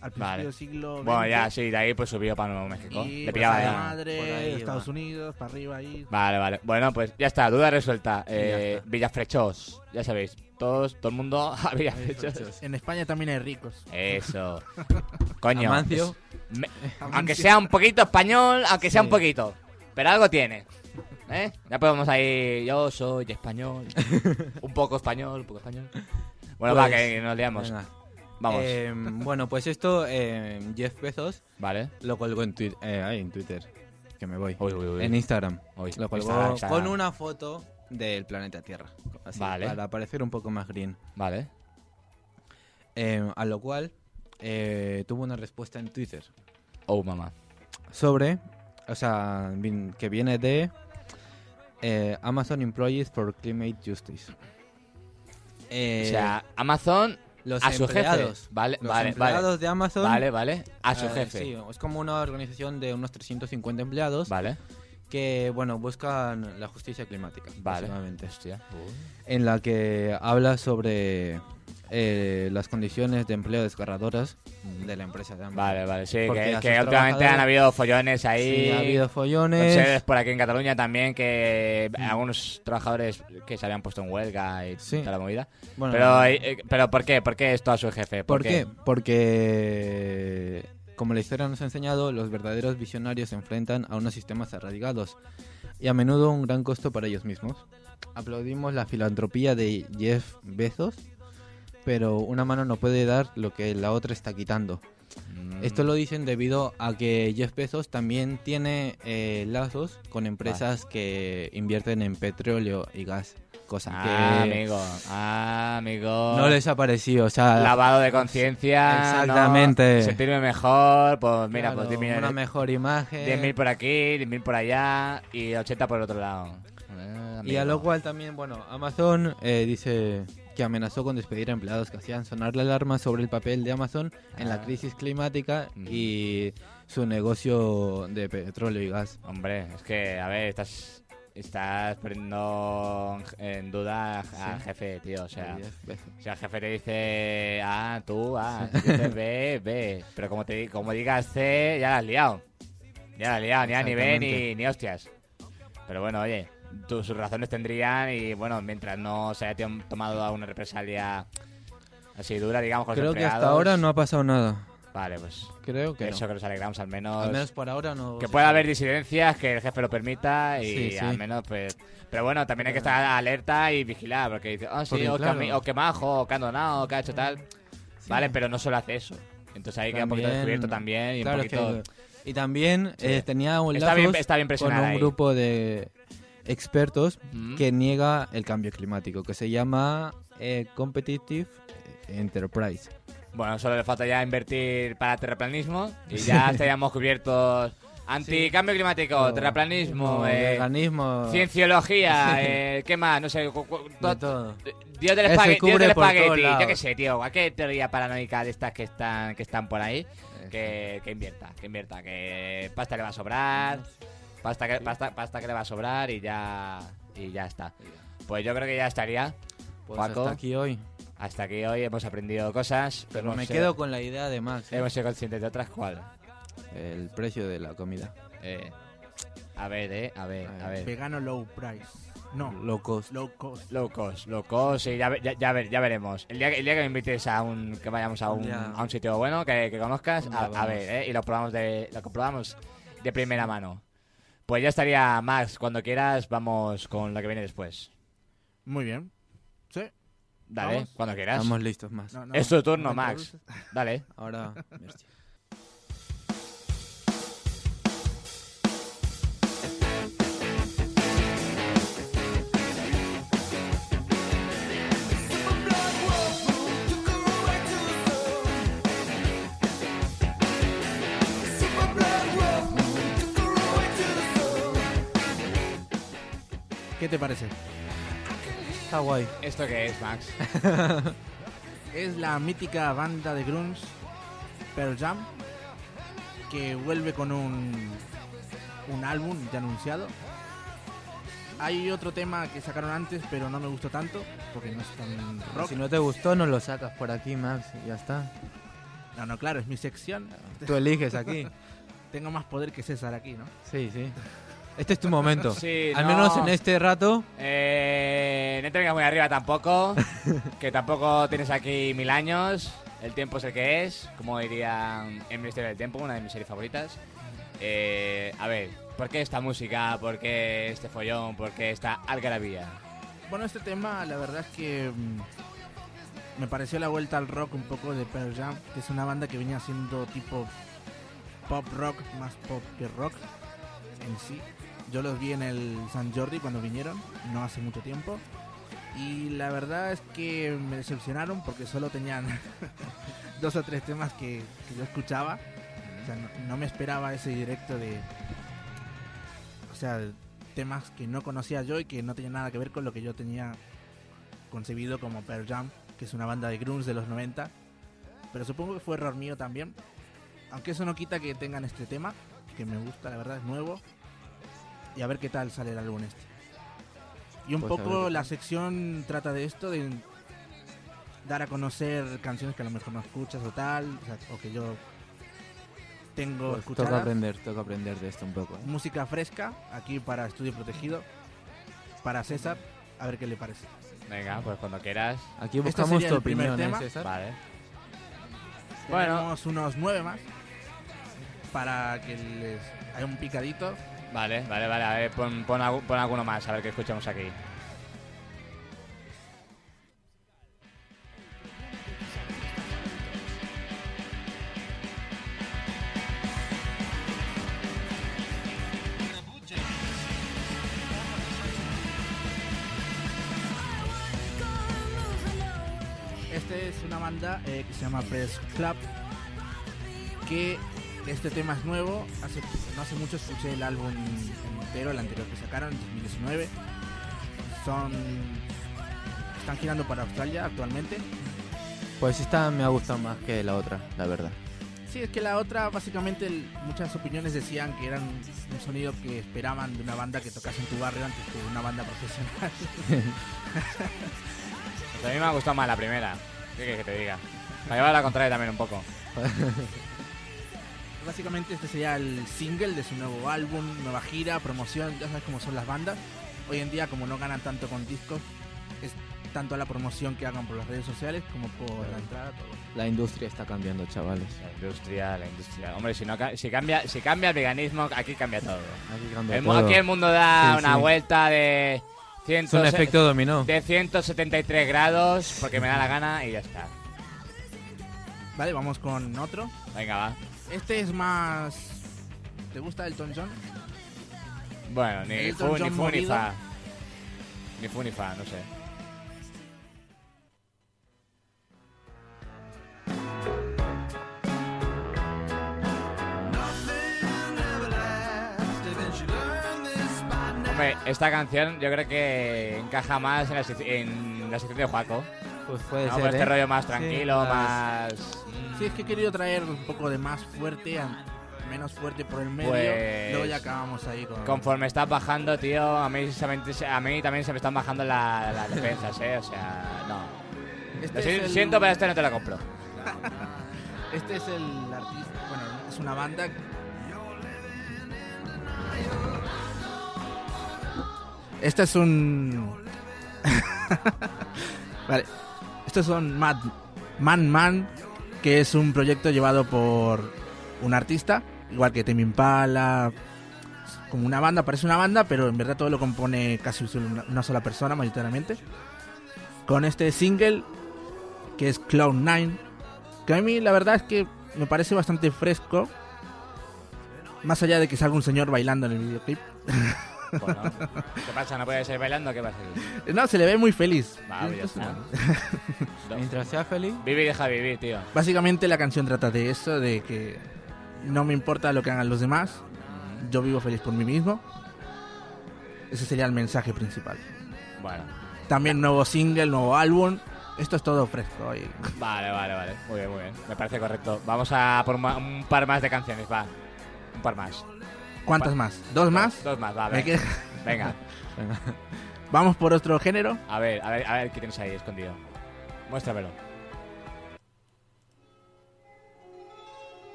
Speaker 2: al principio
Speaker 1: Vale.
Speaker 2: del siglo XX.
Speaker 1: Bueno, ya, sí, de ahí pues subió para Nuevo México.
Speaker 2: Y
Speaker 1: Le pillaba
Speaker 2: pues,
Speaker 1: ya.
Speaker 2: a la madre,
Speaker 3: Por ahí,
Speaker 2: Estados
Speaker 3: va.
Speaker 2: Unidos, para arriba ahí.
Speaker 1: Vale, vale. Bueno, pues ya está, duda resuelta.
Speaker 3: ya
Speaker 1: Eh,
Speaker 3: está.
Speaker 1: Villafrechos, ya sabéis. Todos, todo el mundo <laughs> a Villafrechos.
Speaker 2: En España también hay ricos.
Speaker 3: <laughs>
Speaker 1: Eso. Coño.
Speaker 3: Amancio.
Speaker 1: es- me- aunque sea un poquito español, aunque sea un
Speaker 3: Sí.
Speaker 1: poquito. Pero algo tiene. ¿Eh? Ya podemos ahí. Yo soy español. un poco español, un poco español. Bueno, va,
Speaker 3: Pues,
Speaker 1: que nos liamos.
Speaker 3: Venga.
Speaker 1: Vamos.
Speaker 3: Eh, bueno, pues esto, eh, Jeff Bezos
Speaker 1: Vale.
Speaker 3: lo colgó en, Twitter en Twitter. Que me voy.
Speaker 1: Uy, uy, uy.
Speaker 3: En Instagram.
Speaker 1: Uy,
Speaker 3: lo colgó
Speaker 1: Instagram, Instagram.
Speaker 3: con una foto del planeta Tierra. Así,
Speaker 1: Vale.
Speaker 3: Para parecer un poco más green.
Speaker 1: Vale.
Speaker 3: Eh, a lo cual eh, tuvo una respuesta en Twitter
Speaker 1: Oh, mamá.
Speaker 3: sobre, o sea, vin- que viene de eh, Amazon Employees for Climate Justice. Eh,
Speaker 1: o sea, Amazon
Speaker 3: los
Speaker 1: a su
Speaker 3: empleados,
Speaker 1: jefe. Vale,
Speaker 3: los
Speaker 1: vale,
Speaker 3: empleados
Speaker 1: vale.
Speaker 3: de Amazon.
Speaker 1: Vale, vale. A su
Speaker 3: eh,
Speaker 1: jefe.
Speaker 3: sí, es como una organización de unos 350 empleados
Speaker 1: Vale,
Speaker 3: que, bueno, buscan la justicia climática.
Speaker 1: vale.
Speaker 3: básicamente.
Speaker 1: Hostia.
Speaker 3: en la que habla sobre eh, las condiciones de empleo desgarradoras de la empresa de Amazon.
Speaker 1: Vale, vale, sí,
Speaker 3: Porque
Speaker 1: que,
Speaker 3: a
Speaker 1: que
Speaker 3: sus
Speaker 1: últimamente
Speaker 3: trabajadores-
Speaker 1: han habido follones ahí.
Speaker 3: Sí, ha habido
Speaker 1: Concedes
Speaker 3: follones.
Speaker 1: por aquí en Cataluña también que algunos trabajadores que se habían puesto en huelga y
Speaker 3: Sí.
Speaker 1: toda la movida.
Speaker 3: Bueno,
Speaker 1: pero, eh, pero ¿por qué? ¿Por qué esto a su jefe?
Speaker 3: ¿Por qué? Porque, como la historia nos ha enseñado, los verdaderos visionarios se enfrentan a unos sistemas arraigados y a menudo un gran costo para ellos mismos. Aplaudimos la filantropía de Jeff Bezos, pero una mano no puede dar lo que la otra está quitando.
Speaker 1: Mm,
Speaker 3: Esto lo dicen debido a que Jeff Bezos también tiene eh, lazos con empresas
Speaker 1: Ah.
Speaker 3: que invierten en petróleo y gas, cosa
Speaker 1: Ah,
Speaker 3: que
Speaker 1: amigo. Ah, amigo.
Speaker 3: no les ha parecido, o sea,
Speaker 1: Lavado de conciencia. ¿no?
Speaker 3: Exactamente.
Speaker 1: Sentirme mejor. Pues mira, pues
Speaker 3: claro,
Speaker 1: 10.000
Speaker 3: una mejor imagen.
Speaker 1: 10.000 por aquí, 10.000 por allá y 80 por el otro lado. Eh,
Speaker 3: Y a
Speaker 1: amigo.
Speaker 3: lo cual también, bueno, Amazon eh, dice que amenazó con despedir a empleados que hacían sonar la alarma sobre el papel de Amazon en
Speaker 1: Ah.
Speaker 3: la crisis climática
Speaker 1: Mm.
Speaker 3: y su negocio de petróleo y gas.
Speaker 1: Hombre, es que, a ver, estás, estás poniendo en- en duda al
Speaker 3: Sí.
Speaker 1: jefe, tío. O sea,
Speaker 3: Jeff Bezos.
Speaker 1: si el jefe te dice, ah, tú, ah, tú
Speaker 3: <laughs>
Speaker 1: dices B, B. Pero como, te, di- como digas C, ya la has liado. Ya la has liado, ni A ni B ni,
Speaker 3: Exactamente.
Speaker 1: ni hostias. Pero bueno, oye, tus sus razones tendrían y bueno, mientras no se haya tom- tomado una represalia así dura, digamos, con los
Speaker 3: Creo que hasta
Speaker 1: empleados,
Speaker 3: ahora no ha pasado nada.
Speaker 1: Vale, pues
Speaker 3: Creo que
Speaker 1: eso
Speaker 3: no.
Speaker 1: que nos alegramos al menos.
Speaker 3: Al menos por ahora no.
Speaker 1: Que
Speaker 3: se
Speaker 1: pueda
Speaker 3: sabe.
Speaker 1: haber disidencias, que el jefe lo permita y
Speaker 3: Sí, sí.
Speaker 1: al menos pues... Pero bueno, también hay que estar alerta y vigilar, porque dice, ah, sí,
Speaker 3: Porque,
Speaker 1: o, que,
Speaker 3: claro.
Speaker 1: ami- o que majo, o que andonado, o que ha hecho tal.
Speaker 3: Sí.
Speaker 1: Vale, pero no solo hace eso. Entonces ahí queda un poquito
Speaker 3: También-
Speaker 1: descubierto también y
Speaker 3: Claro,
Speaker 1: un
Speaker 3: es
Speaker 1: poquito...
Speaker 3: que- y también
Speaker 1: Sí.
Speaker 3: eh, tenía un
Speaker 1: Está bien-
Speaker 3: lazos
Speaker 1: está bien
Speaker 3: con
Speaker 1: presionada
Speaker 3: un
Speaker 1: ahí.
Speaker 3: grupo de expertos
Speaker 1: Mm.
Speaker 3: que niega el cambio climático, que se llama eh, Competitive Enterprise.
Speaker 1: Bueno, solo le falta ya invertir para terraplanismo y ya estaríamos cubiertos. Anticambio climático,
Speaker 3: Todo.
Speaker 1: terraplanismo,
Speaker 3: Como
Speaker 1: eh,
Speaker 3: organismo <laughs>
Speaker 1: cienciología, eh, ¿qué más? No sé, cu- cu-
Speaker 3: de
Speaker 1: to-
Speaker 3: todo.
Speaker 1: Dios del,
Speaker 3: Eso
Speaker 1: espagueti, Dios
Speaker 3: cubre
Speaker 1: del
Speaker 3: por todos
Speaker 1: espagueti, yo
Speaker 3: lados.
Speaker 1: qué sé, tío, cualquier teoría paranoica de estas que están, que están por ahí, que, que invierta, que invierta, que pasta le va a sobrar, pasta que, pasta, pasta que le va a sobrar y ya, y ya está. Pues yo creo que ya estaría,
Speaker 3: Pues
Speaker 1: Paco.
Speaker 3: hasta aquí hoy.
Speaker 1: Hasta aquí hoy hemos aprendido cosas,
Speaker 3: Pero
Speaker 1: hemos
Speaker 3: me
Speaker 1: sido-
Speaker 3: quedo con la idea de Max, eh,
Speaker 1: hemos sido conscientes de otras cuáles.
Speaker 3: el precio de la comida.
Speaker 1: Eh, a ver, eh, a ver, a ver.
Speaker 2: Vegano low price. No,
Speaker 3: Low cost.
Speaker 2: low cost.
Speaker 1: Low cost, low cost, sí, ya, ve- ya, ya ver- ya veremos. El día, que- el día que me invites a un, que vayamos a un,
Speaker 3: Ya.
Speaker 1: a un sitio bueno, que, que conozcas,
Speaker 3: Ya
Speaker 1: a, a
Speaker 3: vamos.
Speaker 1: ver, ¿eh? y lo probamos de, lo comprobamos de primera mano. Pues ya estaría, Max, cuando quieras vamos con lo que viene después.
Speaker 2: Muy bien. ¿Sí?
Speaker 1: Dale,
Speaker 2: Vamos.
Speaker 1: cuando quieras.
Speaker 3: Estamos listos, Max.
Speaker 2: No, no,
Speaker 1: Es tu turno,
Speaker 2: no me
Speaker 1: Max.
Speaker 2: introduces.
Speaker 1: Dale. <laughs>
Speaker 3: Ahora, merci.
Speaker 2: ¿Qué te parece?
Speaker 3: Está guay.
Speaker 1: ¿Esto qué es, Max?
Speaker 2: Es la mítica banda de grunge Pearl Jam que vuelve con un un álbum ya anunciado. Hay otro tema que sacaron antes, pero no me gustó tanto porque no es tan rock.
Speaker 3: Si no te gustó, no lo sacas por aquí, Max. y Ya está.
Speaker 2: No, no, claro, es mi sección.
Speaker 3: Tú eliges aquí.
Speaker 2: Tengo más poder que César aquí, ¿no?
Speaker 3: Sí, sí. Este es tu momento.
Speaker 1: Sí,
Speaker 3: Al
Speaker 1: no.
Speaker 3: menos en este rato.
Speaker 1: Eh, no te vengas muy arriba tampoco, que tampoco tienes aquí mil años. El tiempo es el que es, como diría El Ministerio del Tiempo, una de mis series favoritas. Eh, a ver, ¿por qué esta música? ¿Por qué este follón? ¿Por qué esta algarabía?
Speaker 2: Bueno, este tema, la verdad es que mm, me pareció la vuelta al rock un poco de Pearl Jam, que es una banda que venía siendo tipo pop rock, más pop que rock en sí. Yo los vi en el San Jordi cuando vinieron, no hace mucho tiempo. Y la verdad es que me decepcionaron porque solo tenían dos o tres temas que, que yo escuchaba. O sea, no, no me esperaba ese directo de. O sea, temas que no conocía yo y que no tenía nada que ver con lo que yo tenía concebido como Pearl Jam, que es una banda de grunge de los 90. Pero supongo que fue error mío también. Aunque eso no quita que tengan este tema, que me gusta, la verdad, es nuevo. Y a ver qué tal sale el álbum este. Y un
Speaker 3: Pues a ver
Speaker 2: poco
Speaker 3: qué
Speaker 2: la
Speaker 3: tal.
Speaker 2: sección trata de esto, de dar a conocer canciones que a lo mejor no escuchas o tal, o, sea, o que yo tengo
Speaker 3: Pues
Speaker 2: escuchadas
Speaker 3: toca aprender, toca aprender de esto un poco. ¿eh?
Speaker 2: música fresca aquí para Estudio Protegido, para César, a ver qué le parece.
Speaker 1: Venga, pues cuando quieras.
Speaker 3: Aquí
Speaker 2: Este
Speaker 3: buscamos
Speaker 2: sería
Speaker 3: tu
Speaker 2: el primer
Speaker 3: opinión, ¿eh,
Speaker 2: tema.
Speaker 3: César?
Speaker 1: Vale. Bueno.
Speaker 2: Tenemos unos nueve más para que les haga un picadito.
Speaker 1: Vale, vale, vale. A ver, pon, pon algu- pon alguno más, a ver qué escuchamos aquí.
Speaker 2: Este es una banda eh, que se llama Press Club, que este tema es nuevo. Hace, no hace mucho escuché el álbum entero, el anterior que sacaron, en 2019. Son... Están girando para Australia actualmente.
Speaker 3: Pues esta me ha gustado más que la otra, la verdad.
Speaker 2: Sí, es que la otra, básicamente, el- muchas opiniones decían que eran un sonido que esperaban de una banda que tocase en tu barrio antes que una banda profesional.
Speaker 1: Pues a mí me ha gustado más la primera. ¿Qué quieres que te diga? Para llevar la contraria también un poco.
Speaker 2: básicamente, este sería el single de su nuevo álbum, nueva gira, promoción. Ya sabes cómo son las bandas. Hoy en día, como no ganan tanto con discos, es tanto la promoción que hagan por las redes sociales como por la entrada. todo.
Speaker 3: La industria está cambiando, chavales.
Speaker 1: La industria, la industria. Hombre, si, no, ca- si, cambia, si cambia el veganismo, aquí cambia todo.
Speaker 3: Aquí cambia
Speaker 1: El mu-
Speaker 3: todo.
Speaker 1: aquí el mundo da
Speaker 3: Sí,
Speaker 1: una
Speaker 3: sí.
Speaker 1: vuelta de,
Speaker 3: Es un
Speaker 1: 100
Speaker 3: efecto dominó.
Speaker 1: de 173 grados porque me da la gana y ya está.
Speaker 2: Vale, vamos con otro.
Speaker 1: Venga, va.
Speaker 2: Este es más. ¿Te gusta Elton John?
Speaker 1: Bueno, ni
Speaker 2: Elton
Speaker 1: fu, ni
Speaker 2: John
Speaker 1: fu, ni
Speaker 2: morido.
Speaker 1: fa. Ni fu, ni fa, no sé. Hombre, esta canción yo creo que encaja más en la, sec- en la sección de Juaco.
Speaker 3: Pues puede
Speaker 1: No,
Speaker 3: ser.
Speaker 1: por este
Speaker 3: ¿eh?
Speaker 1: rollo más
Speaker 3: Sí,
Speaker 1: tranquilo,
Speaker 3: más-
Speaker 1: más...
Speaker 2: Sí, es que he querido traer un poco de más fuerte, a menos fuerte por el medio.
Speaker 1: Pues-
Speaker 2: Luego ya acabamos ahí con.
Speaker 1: Conforme estás bajando, tío, a mí, se me- a mí también se me están bajando la- las defensas, ¿eh? O sea, no.
Speaker 2: Este
Speaker 1: Lo si-
Speaker 2: es el-
Speaker 1: siento, pero este no te lo compro.
Speaker 2: Este es el artista. Bueno, es una banda. Este es un. <laughs> vale. Estos son Mad Man Man, que es un proyecto llevado por un artista, igual que Tame Impala. Es Como una banda, parece una banda, pero en verdad todo lo compone casi solo una una sola persona, mayoritariamente. Con este single, que es Cloud Nine, que a mí la verdad es que me parece bastante fresco. Más allá de que salga un señor bailando en el videoclip.
Speaker 1: Bueno, ¿qué pasa? ¿No puedes ir bailando? ¿Qué pasa aquí?
Speaker 2: No, se le ve muy feliz.
Speaker 1: Va, Ah, ya está. <laughs> No.
Speaker 3: Mientras sea feliz.
Speaker 1: Vive y deja vivir, tío.
Speaker 2: Básicamente la canción trata de eso, de que no me importa lo que hagan los demás, yo vivo feliz por mí mismo. Ese sería el mensaje principal.
Speaker 1: Bueno,
Speaker 2: También nuevo single, nuevo álbum. Esto es todo fresco. Y...
Speaker 1: vale, vale, vale. Muy bien, muy bien. Me parece correcto. Vamos a por ma- un par más de canciones, va. Un par más.
Speaker 2: ¿Cuántas más? ¿Dos más?
Speaker 1: Dos más, va.
Speaker 2: Me
Speaker 1: Venga,
Speaker 2: queda-
Speaker 1: venga.
Speaker 2: Vamos por otro género.
Speaker 1: A ver, a ver, a ver qué tienes ahí escondido. Muéstramelo.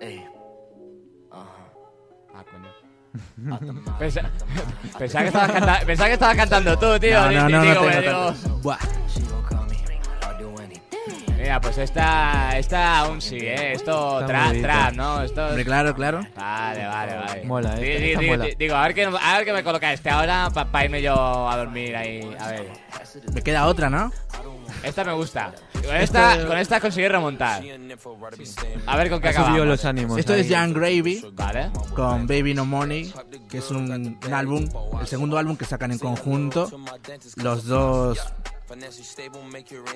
Speaker 5: Sí. Ajá.
Speaker 1: Ah, coño. Pensa- Pensaba que, estabas canta- pensaba que estabas cantando tú, tío.
Speaker 2: No, no,
Speaker 1: Ni-
Speaker 2: no,
Speaker 1: ni
Speaker 2: no
Speaker 1: digo,
Speaker 2: tengo
Speaker 1: digo,
Speaker 2: tanto. Buah.
Speaker 5: She gon' call me. I'll do anything.
Speaker 1: Mira, pues esta, esta aún sí, ¿eh? Esto,
Speaker 3: Está
Speaker 1: trap,
Speaker 3: movidito.
Speaker 1: trap, ¿no? Esto
Speaker 2: Hombre,
Speaker 1: es-
Speaker 2: claro, claro.
Speaker 1: Vale, vale, vale.
Speaker 3: Mola,
Speaker 1: Di-
Speaker 3: esta-
Speaker 1: di-
Speaker 3: esta
Speaker 1: di-
Speaker 3: mola.
Speaker 1: di- Digo, a ver, qué, a ver qué me coloca este ahora para irme yo a dormir ahí. A ver.
Speaker 2: Me queda otra, ¿no?
Speaker 1: Esta me gusta. Con
Speaker 3: Este
Speaker 1: esta, con esta conseguí remontar. A ver con qué
Speaker 3: Ha subido
Speaker 1: acabamos.
Speaker 3: los ánimos.
Speaker 2: Esto
Speaker 3: ahí.
Speaker 2: es Young Gravy
Speaker 1: Vale.
Speaker 2: con Baby No Money, que es un, un álbum, el segundo álbum que sacan en conjunto. Los dos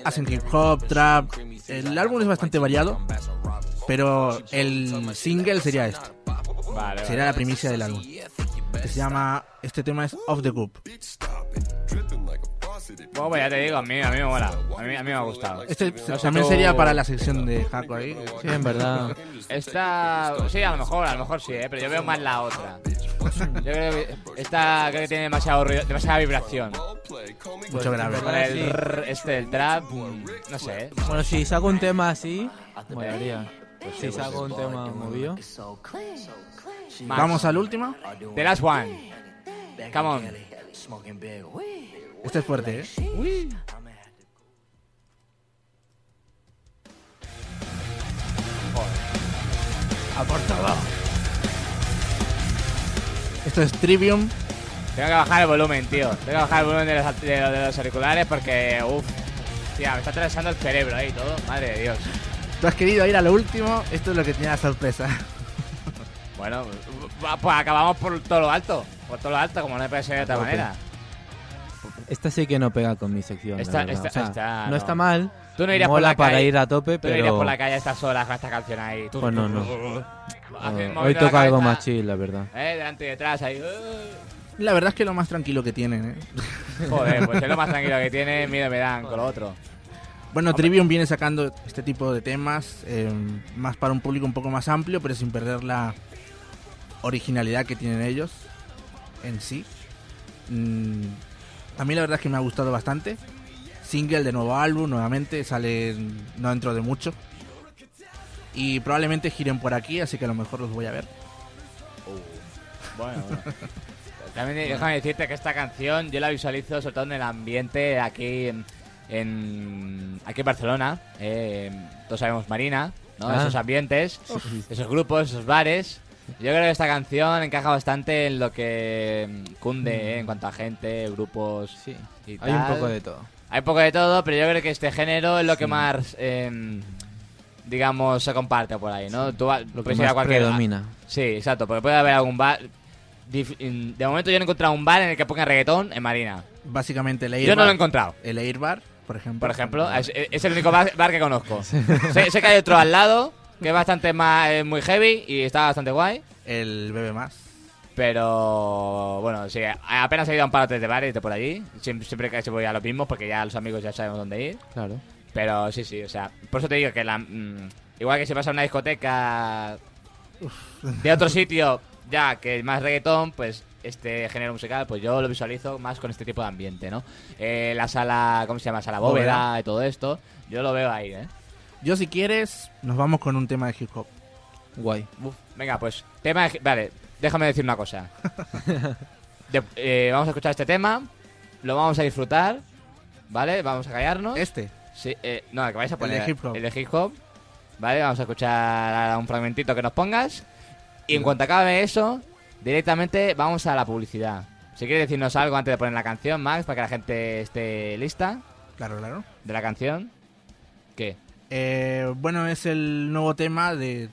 Speaker 2: hacen hip hop, trap. El álbum es bastante variado, pero el single sería este.
Speaker 1: Vale.
Speaker 2: Sería
Speaker 1: vale.
Speaker 2: la primicia del álbum. Que se llama, este tema es Off the Group.
Speaker 1: Bueno, pues ya te digo, a mí, a mí me mola. A mí, a mí me ha gustado.
Speaker 2: Este
Speaker 1: No sé
Speaker 2: también
Speaker 1: tú-
Speaker 2: sería para la sección de ¿eh? Jaco ahí.
Speaker 3: Sí, en verdad.
Speaker 1: Esta. Sí, a lo mejor, a lo mejor sí, ¿eh? pero yo veo más la otra. Yo creo que esta creo que tiene demasiado ruido- demasiada vibración.
Speaker 2: Mucho grave.
Speaker 1: Con
Speaker 3: Ah,
Speaker 1: el rrr, este el trap, mm, no sé.
Speaker 3: Bueno, si saco un tema así, molaría. Si saco un tema movido.
Speaker 1: Más.
Speaker 2: Vamos al último.
Speaker 1: The last one. Come on.
Speaker 2: Este es fuerte, ¿eh? Esto es Trivium.
Speaker 1: Tengo que bajar el volumen, tío. Tengo que bajar el volumen de los, de los- de los auriculares porque, uff. Tía, me está atravesando el cerebro ahí todo. Madre de Dios.
Speaker 2: Tú has querido ir a lo último. Esto es lo que tenía la sorpresa.
Speaker 1: Bueno, va- pues acabamos por todo lo alto. Por todo lo alto, como no puede ser de otra manera.
Speaker 3: Esta sí que no pega con mi sección. la
Speaker 1: Esta-
Speaker 3: verdad.
Speaker 1: esta-
Speaker 3: O sea,
Speaker 1: esta
Speaker 3: no,
Speaker 1: no.
Speaker 3: está mal.
Speaker 1: Tú no irías por
Speaker 3: mola
Speaker 1: la
Speaker 3: para
Speaker 1: calle.
Speaker 3: ir a tope,
Speaker 1: Tú no irías
Speaker 3: pero.
Speaker 1: por la calle a estas horas con esta canción ahí. Tú-
Speaker 3: Pues no, no.
Speaker 1: Haces
Speaker 3: eh,
Speaker 1: moviendo
Speaker 3: hoy
Speaker 1: la
Speaker 3: toca algo
Speaker 1: cabeza,
Speaker 3: más chill, la verdad.
Speaker 1: Eh, delante y detrás ahí. eh.
Speaker 2: La verdad es que lo más tranquilo que tienen, ¿eh?
Speaker 1: Joder, pues es lo más tranquilo que tiene. Miedo me dan con lo otro.
Speaker 2: Bueno, Trivium viene sacando este tipo de temas, eh, más para un público un poco más amplio, pero sin perder la originalidad que tienen ellos en sí. Mm, a mí la verdad es que me ha gustado bastante. Single de nuevo álbum, nuevamente, sale no dentro de mucho. Y probablemente giren por aquí, así que a lo mejor los voy a ver.
Speaker 1: Bueno, bueno. <laughs> También déjame decirte que esta canción yo la visualizo sobre todo en el ambiente aquí en, en- aquí en Barcelona. eh, todos sabemos Marina, ¿no?
Speaker 3: Ah.
Speaker 1: Esos ambientes, esos grupos, esos bares. Yo creo que esta canción encaja bastante en lo que mm, cunde eh, en cuanto a gente, grupos.
Speaker 3: Sí.
Speaker 1: y
Speaker 3: Hay un
Speaker 1: tal.
Speaker 3: poco de todo.
Speaker 1: Hay un poco de todo, pero yo creo que este género es lo que más, eh, digamos, se comparte por ahí, ¿no? Tú vas-
Speaker 3: Lo que
Speaker 1: puedes Pues ir a
Speaker 3: más
Speaker 1: cualquier-
Speaker 3: predomina.
Speaker 1: Sí, exacto, porque puede haber algún bar. dif- en- De momento yo no he encontrado un bar en el que pongan reggaetón en Marina.
Speaker 2: Básicamente el
Speaker 1: Yo no lo he
Speaker 2: Airbar,
Speaker 1: encontrado.
Speaker 2: el Airbar, por ejemplo.
Speaker 1: Por ejemplo, es, es el único bar, bar que conozco. sé, sé que hay otro al lado, que es bastante más eh, muy heavy y está bastante guay.
Speaker 2: El Bebe Más.
Speaker 1: Pero bueno, sí, apenas he ido a un par o tres de bares de por allí. Siempre, siempre casi voy a los mismos porque ya los amigos ya sabemos dónde ir.
Speaker 3: Claro.
Speaker 1: Pero sí, sí, o sea, por eso te digo que la. mm, igual que si vas a una discoteca de otro sitio, ya que es más reggaetón, pues este género musical, pues yo lo visualizo más con este tipo de ambiente, ¿no? Eh, la sala, ¿cómo se llama? Sala bóveda,
Speaker 2: Bóveda.
Speaker 1: y todo esto, yo lo veo ahí, ¿eh?
Speaker 2: Yo si quieres, nos vamos con un tema de hip hop.
Speaker 3: Guay.
Speaker 1: Uf, venga, pues, tema. de- Vale, déjame decir una cosa. De- eh, vamos a escuchar este tema, lo vamos a disfrutar, ¿vale? Vamos a callarnos.
Speaker 2: Este.
Speaker 1: Sí, eh, no, el que vais a
Speaker 2: El de
Speaker 1: poner.
Speaker 2: hip hop.
Speaker 1: el de hip hop. Vale, vamos a escuchar ahora un fragmentito que nos pongas. Y en cuanto acabe eso, directamente vamos a la publicidad. Si quieres decirnos algo antes de poner la canción, Max, para que la gente esté lista
Speaker 2: Claro, claro.
Speaker 1: de la canción. ¿Qué?
Speaker 2: Eh, bueno, es el nuevo tema de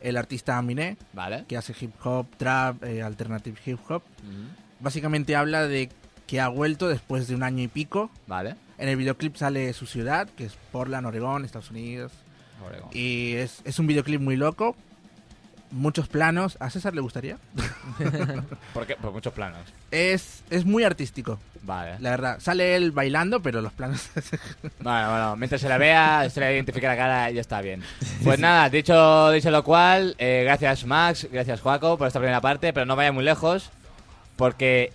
Speaker 2: el artista Aminé,
Speaker 1: ¿Vale?
Speaker 2: que hace hip hop, trap, eh, alternative hip hop.
Speaker 1: Ujú.
Speaker 2: Básicamente habla de que ha vuelto después de un año y pico.
Speaker 1: Vale.
Speaker 2: En el videoclip sale su ciudad, que es Portland, Oregón, Estados Unidos. Y es, es un videoclip muy loco. Muchos planos. ¿A César le gustaría?
Speaker 1: ¿Por qué? Por muchos planos.
Speaker 2: Es, es muy artístico,
Speaker 1: Vale.
Speaker 2: la verdad. Sale él bailando, pero los planos... <laughs>
Speaker 1: Bueno, bueno, mientras se la vea, se le identifique la cara, ya está bien. Pues nada, dicho, dicho lo cual, eh, gracias Max, gracias Joaco por esta primera parte, pero no vaya muy lejos, porque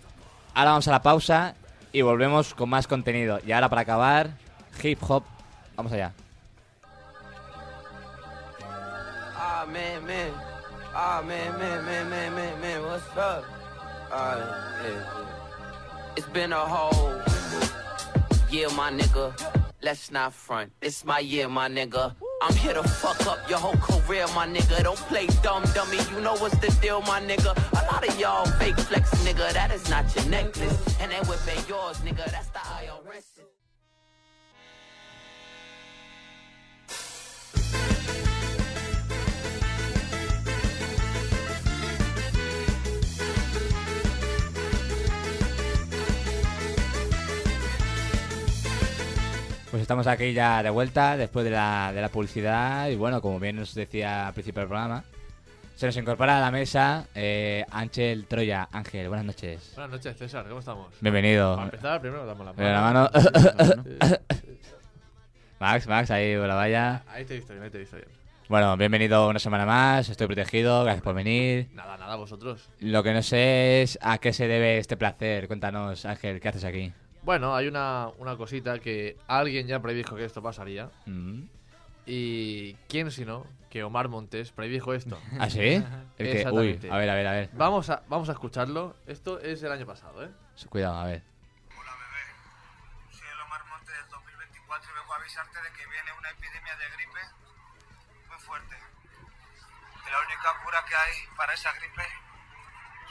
Speaker 1: ahora vamos a la pausa y volvemos con más contenido. Y ahora para acabar, hip hop, vamos allá.
Speaker 5: Ah, Ah, man, man. Ah, man, man, man, man, man, man. What's up? Ah, yeah, yeah. It's been a whole year, my nigga. Let's not front. It's my year, my nigga. I'm here to fuck up your whole career, my nigga. Don't play dumb, dummy. You know what's the deal, my nigga. A lot of y'all fake flex, nigga. That is not your necklace. And that whip ain't yours, nigga. That's the IRS.
Speaker 1: Pues estamos aquí ya de vuelta después de la, de la publicidad y bueno, como bien os decía al principio del programa, se nos incorpora a la mesa eh, Ángel Troya. Ángel, buenas noches.
Speaker 6: Buenas noches, César, ¿cómo estamos?
Speaker 1: Bienvenido.
Speaker 6: Para empezar, primero damos la
Speaker 1: Mira la
Speaker 6: mano.
Speaker 1: mano.
Speaker 6: Eh,
Speaker 1: Max, Max, ahí por la valla.
Speaker 6: <laughs> ahí te he visto bien, ahí te he visto bien.
Speaker 1: Bueno, bienvenido una semana más, estoy protegido, gracias por venir.
Speaker 6: Nada, nada, vosotros.
Speaker 1: Lo que no sé es a qué se debe este placer. Cuéntanos, Ángel, ¿qué haces aquí?
Speaker 6: Bueno, hay una, una cosita que alguien ya predijo que esto pasaría.
Speaker 1: Mm.
Speaker 6: Y quién sino que Omar Montes
Speaker 1: <laughs>
Speaker 6: predijo esto.
Speaker 1: ¿Ah, sí? El que- uy,
Speaker 6: Exactamente.
Speaker 1: a ver, a ver, a ver.
Speaker 6: Vamos a, vamos a escucharlo. Esto es el año pasado, ¿eh?
Speaker 1: Cuidado, a ver.
Speaker 7: Hola bebé, soy el Omar Montes del 2024 y vengo a avisarte de que viene una epidemia de gripe muy fuerte. Que la única cura que hay para esa gripe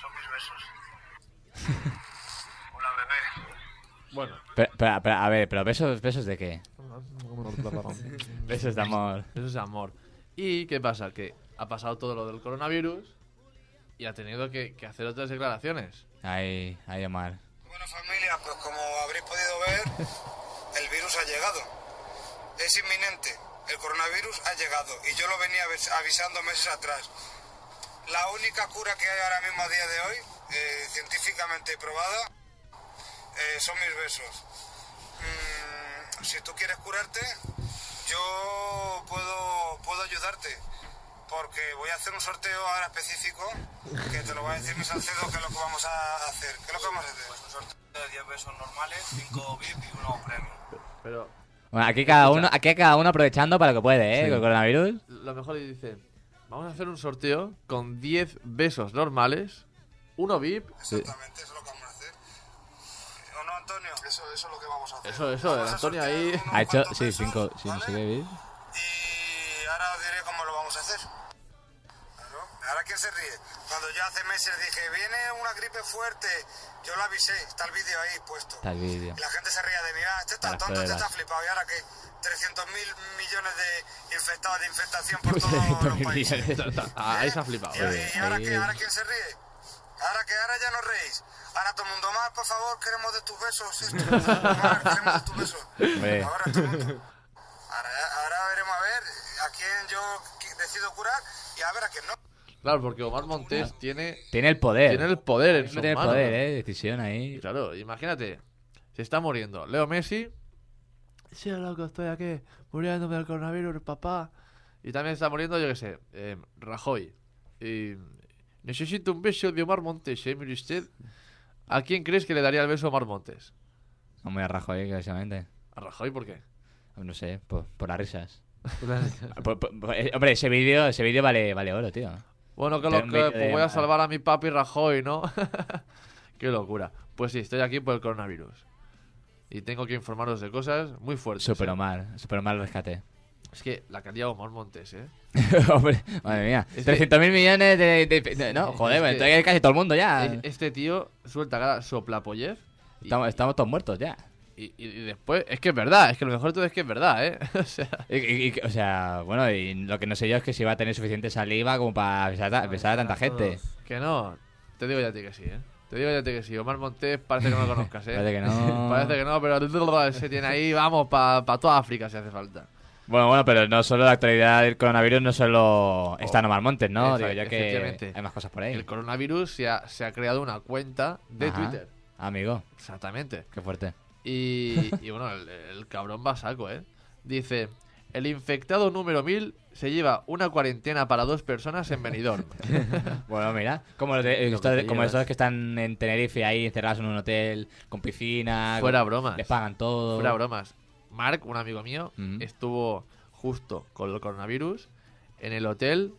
Speaker 7: son mis besos. <laughs> Hola bebé,
Speaker 1: <laughs>
Speaker 6: Bueno.
Speaker 1: Pero- pero- pero, a ver, pero besos, besos de qué? Besos de amor.
Speaker 6: Eso es amor. ¿Y qué pasa? Que ha pasado todo lo del coronavirus y ha tenido que, que hacer otras declaraciones.
Speaker 1: Ahí, ahí Omar.
Speaker 7: Bueno familia, pues como habréis podido ver, el virus ha llegado. Es inminente. El coronavirus ha llegado y yo lo venía avis- avisando meses atrás. La única cura que hay ahora mismo a día de hoy, eh, científicamente probada, eh, son mis besos. Mm, si tú quieres curarte, yo puedo, puedo ayudarte. Porque voy a hacer un sorteo ahora específico que te lo va a decir mi Salcedo que es lo que vamos a hacer. ¿Qué es lo que vamos a hacer? Pues un sorteo de 10 besos normales, 5 VIP y 1 premium.
Speaker 6: Pero
Speaker 1: Bueno, aquí cada uno, aquí cada uno aprovechando para lo que puede, ¿eh? Con el coronavirus.
Speaker 6: lo mejor y dice, vamos a hacer un sorteo con 10 besos normales, uno VIP.
Speaker 7: Exactamente, eso es lo que vamos a hacer. ¿O no, Antonio? Eso, eso es lo que vamos a hacer.
Speaker 6: Eso, eso,
Speaker 7: Vamos
Speaker 6: el
Speaker 7: a
Speaker 6: Antonio
Speaker 7: sortear
Speaker 6: ahí.
Speaker 7: unos
Speaker 1: Ha hecho,
Speaker 7: cuantos
Speaker 1: sí,
Speaker 7: besos,
Speaker 1: cinco, sí, no
Speaker 7: ¿vale?
Speaker 1: sé qué vi.
Speaker 7: Y ahora os diré cómo lo vamos a hacer. Claro. Ahora quién se ríe. Cuando yo hace meses dije, viene una gripe fuerte, yo lo avisé, está el vídeo ahí puesto.
Speaker 1: Está el vídeo.
Speaker 7: Y la gente se ría de mí, ah, este está
Speaker 1: Para
Speaker 7: tonto, este
Speaker 1: joderas.
Speaker 7: está flipado. Y ahora que 300 mil millones de infectados de infectación
Speaker 1: <laughs>
Speaker 7: por
Speaker 1: Pues,
Speaker 7: todos los
Speaker 1: 300.000
Speaker 7: países.
Speaker 1: millones.
Speaker 6: Ta- ta- ah, ahí se ha flipado.
Speaker 7: Y, y Eh, ahora,
Speaker 1: ahí.
Speaker 7: que, ahora quién se ríe. Ahora que ahora ya no reís. Ahora todo el mundo más, por favor, queremos de tus besos. Esto, Omar, queremos de tus besos.
Speaker 1: Hombre.
Speaker 7: Ahora todo el mundo. Ahora, ahora veremos a ver a quién yo qui- decido curar y a ver a quién no.
Speaker 6: Claro, porque Omar Montes tiene,
Speaker 1: Tiene el poder.
Speaker 6: tiene el poder en su
Speaker 1: Eh, Tiene el
Speaker 6: mano.
Speaker 1: poder, ¿eh? Decisión
Speaker 6: Y
Speaker 1: ahí.
Speaker 6: claro, imagínate, se está muriendo Leo Messi. Sí, loco, estoy aquí, muriéndome del coronavirus, papá. Y también está muriendo, yo qué sé, eh, Rajoy. Y necesito un beso de Omar Montes, ¿eh? Mire usted. ¿A quién crees que le daría el beso a Omar Montes?
Speaker 1: Hombre, rajo ahí, precisamente.
Speaker 6: ¿A Rajoy por qué?
Speaker 1: No sé, por, por las risas. Por- por- por- eh, hombre, ese vídeo ese vídeo vale, vale oro, tío.
Speaker 6: Bueno, que
Speaker 1: Te
Speaker 6: lo que,
Speaker 1: envidio
Speaker 6: pues
Speaker 1: de
Speaker 6: voy a
Speaker 1: madre.
Speaker 6: salvar a mi papi Rajoy, ¿no? <laughs> qué locura. Pues sí, estoy aquí por el coronavirus. Y tengo que informaros de cosas muy fuertes.
Speaker 1: Super
Speaker 6: ¿eh?
Speaker 1: Omar, Super Omar rescate. <laughs>
Speaker 6: Es que la que ha liado Omar Montes, ¿eh?
Speaker 1: Hombre, madre mía.
Speaker 6: Es que-
Speaker 1: 300.000 millones de, de- de- No, joder, pues,
Speaker 6: Es que-
Speaker 1: entonces hay casi todo el mundo ya.
Speaker 6: E- Este tío suelta cada soplapollez. Y,
Speaker 1: Estamos, estamos todos muertos ya.
Speaker 6: y- y después, es que es verdad, es que lo mejor de todo es que es verdad, ¿eh? <laughs> O sea,
Speaker 1: Y- y- y- o sea, bueno, y lo que no sé yo es que si va a tener suficiente saliva como para besar a, besar a tanta gente.
Speaker 6: que no, te digo ya a ti que sí, ¿eh? Te digo ya a ti que sí. Omar Montes parece que no lo conozcas, ¿eh?
Speaker 1: <laughs> Parece que no.
Speaker 6: <laughs> Parece que no, pero <laughs> se tiene ahí, vamos, para toda África si hace falta.
Speaker 1: Bueno, bueno, pero no solo la actualidad del coronavirus, no solo está en Omar Montes, ¿no?
Speaker 6: Oh, Efe-
Speaker 1: Digo yo que
Speaker 6: efectivamente.
Speaker 1: hay más cosas por ahí.
Speaker 6: El coronavirus se ha, se ha creado una cuenta de
Speaker 1: Ajá.
Speaker 6: Twitter.
Speaker 1: Amigo,
Speaker 6: Exactamente.
Speaker 1: qué fuerte.
Speaker 6: Y, y bueno, el, el cabrón va a saco, ¿eh? Dice, el infectado número 1000 se lleva una cuarentena para dos personas
Speaker 1: <laughs>
Speaker 6: en Benidorm.
Speaker 1: Bueno, mira, como, los de-
Speaker 6: Lo
Speaker 1: estos-
Speaker 6: que te
Speaker 1: como
Speaker 6: llevas.
Speaker 1: esos que están en Tenerife ahí encerrados en un hotel con piscina.
Speaker 6: Fuera
Speaker 1: con-
Speaker 6: bromas.
Speaker 1: Les pagan todo.
Speaker 6: Fuera bromas. Mark, un amigo mío,
Speaker 1: Mm.
Speaker 6: estuvo justo con el coronavirus en el hotel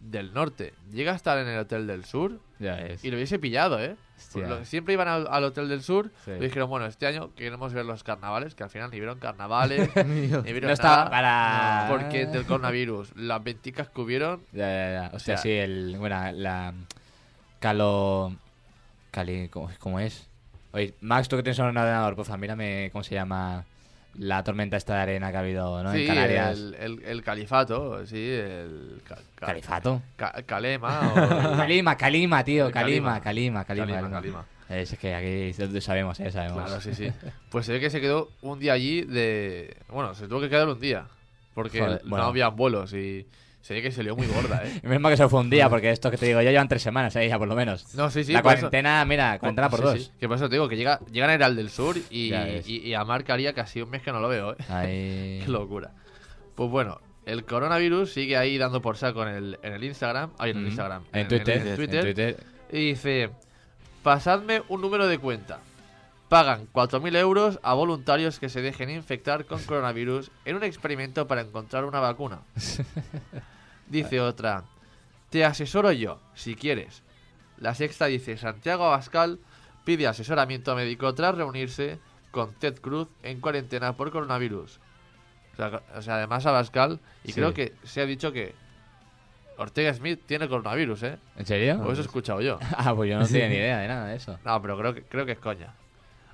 Speaker 6: del norte. Llega a estar en el hotel del sur
Speaker 1: Ya es.
Speaker 6: y lo hubiese pillado, ¿eh?
Speaker 1: Hostia.
Speaker 6: Lo- siempre iban al, al hotel del sur
Speaker 1: Sí.
Speaker 6: y dijeron, bueno, este año queremos ver los carnavales, que al final ni
Speaker 1: <laughs>
Speaker 6: vieron carnavales, ni vieron
Speaker 1: No estaba
Speaker 6: nada,
Speaker 1: para-
Speaker 6: Porque del coronavirus, las venticas que hubieron,
Speaker 1: Ya, ya, ya. O sea,
Speaker 6: Ya.
Speaker 1: sí, el. Bueno, la. Calo. Cali. ¿Cómo, cómo es? Oye, Max, tú que tienes un ordenador, porfa, mírame cómo se llama la tormenta esta de arena que ha habido, ¿no?
Speaker 6: sí,
Speaker 1: en Canarias.
Speaker 6: el, el- el califato, sí, el... ca- ca-
Speaker 1: Califato.
Speaker 6: ca-
Speaker 1: <laughs>
Speaker 6: calema o...
Speaker 1: Calima, Calima, tío.
Speaker 6: El
Speaker 1: Calima,
Speaker 6: Calima.
Speaker 1: Calima, Calima.
Speaker 6: Calima,
Speaker 1: ¿no?
Speaker 6: Calima.
Speaker 1: Es que aquí sabemos, eh, sabemos.
Speaker 6: Claro, sí, sí. Pues se ve que se quedó un día allí de... Bueno, se tuvo que quedar un día. Porque
Speaker 1: Joder,
Speaker 6: no
Speaker 1: bueno.
Speaker 6: había vuelos y se ve que se lió muy gorda,
Speaker 1: <laughs>
Speaker 6: ¿eh?
Speaker 1: Y menos mal que se fue un día, porque esto que te digo yo llevan tres semanas ahí ya, por lo menos.
Speaker 6: No, sí, sí.
Speaker 1: la
Speaker 6: por eso-
Speaker 1: cuarentena, mira, cuarentena por
Speaker 6: Sí,
Speaker 1: dos.
Speaker 6: sí. Que por eso te digo, que llega, llegan a Herald del Sur y,
Speaker 1: Ya ves.
Speaker 6: y, y a Marc haría casi un mes que no lo veo, ¿eh?
Speaker 1: Ahí.
Speaker 6: <laughs> Qué locura. Pues bueno, el coronavirus sigue ahí dando por saco en el, en el Instagram. Ay, en el
Speaker 1: Ujú.
Speaker 6: Instagram.
Speaker 1: Mm. En Twitter,
Speaker 6: En,
Speaker 3: en
Speaker 6: Twitter.
Speaker 1: Twitter.
Speaker 6: Y dice: Pasadme un número de cuenta. Pagan 4.000 euros a voluntarios que se dejen infectar con coronavirus en un experimento para encontrar una vacuna. Dice otra: Te asesoro yo, si quieres. La sexta dice: Santiago Abascal pide asesoramiento médico tras reunirse con Ted Cruz en cuarentena por coronavirus. O sea, o sea, además Abascal, y
Speaker 1: Sí.
Speaker 6: creo que se ha dicho que Ortega Smith tiene coronavirus, ¿eh?
Speaker 1: ¿En serio?
Speaker 6: O eso he escuchado yo.
Speaker 1: <laughs> Ah, pues yo no tenía ni idea de nada de eso.
Speaker 6: No, pero creo que, creo que es coña.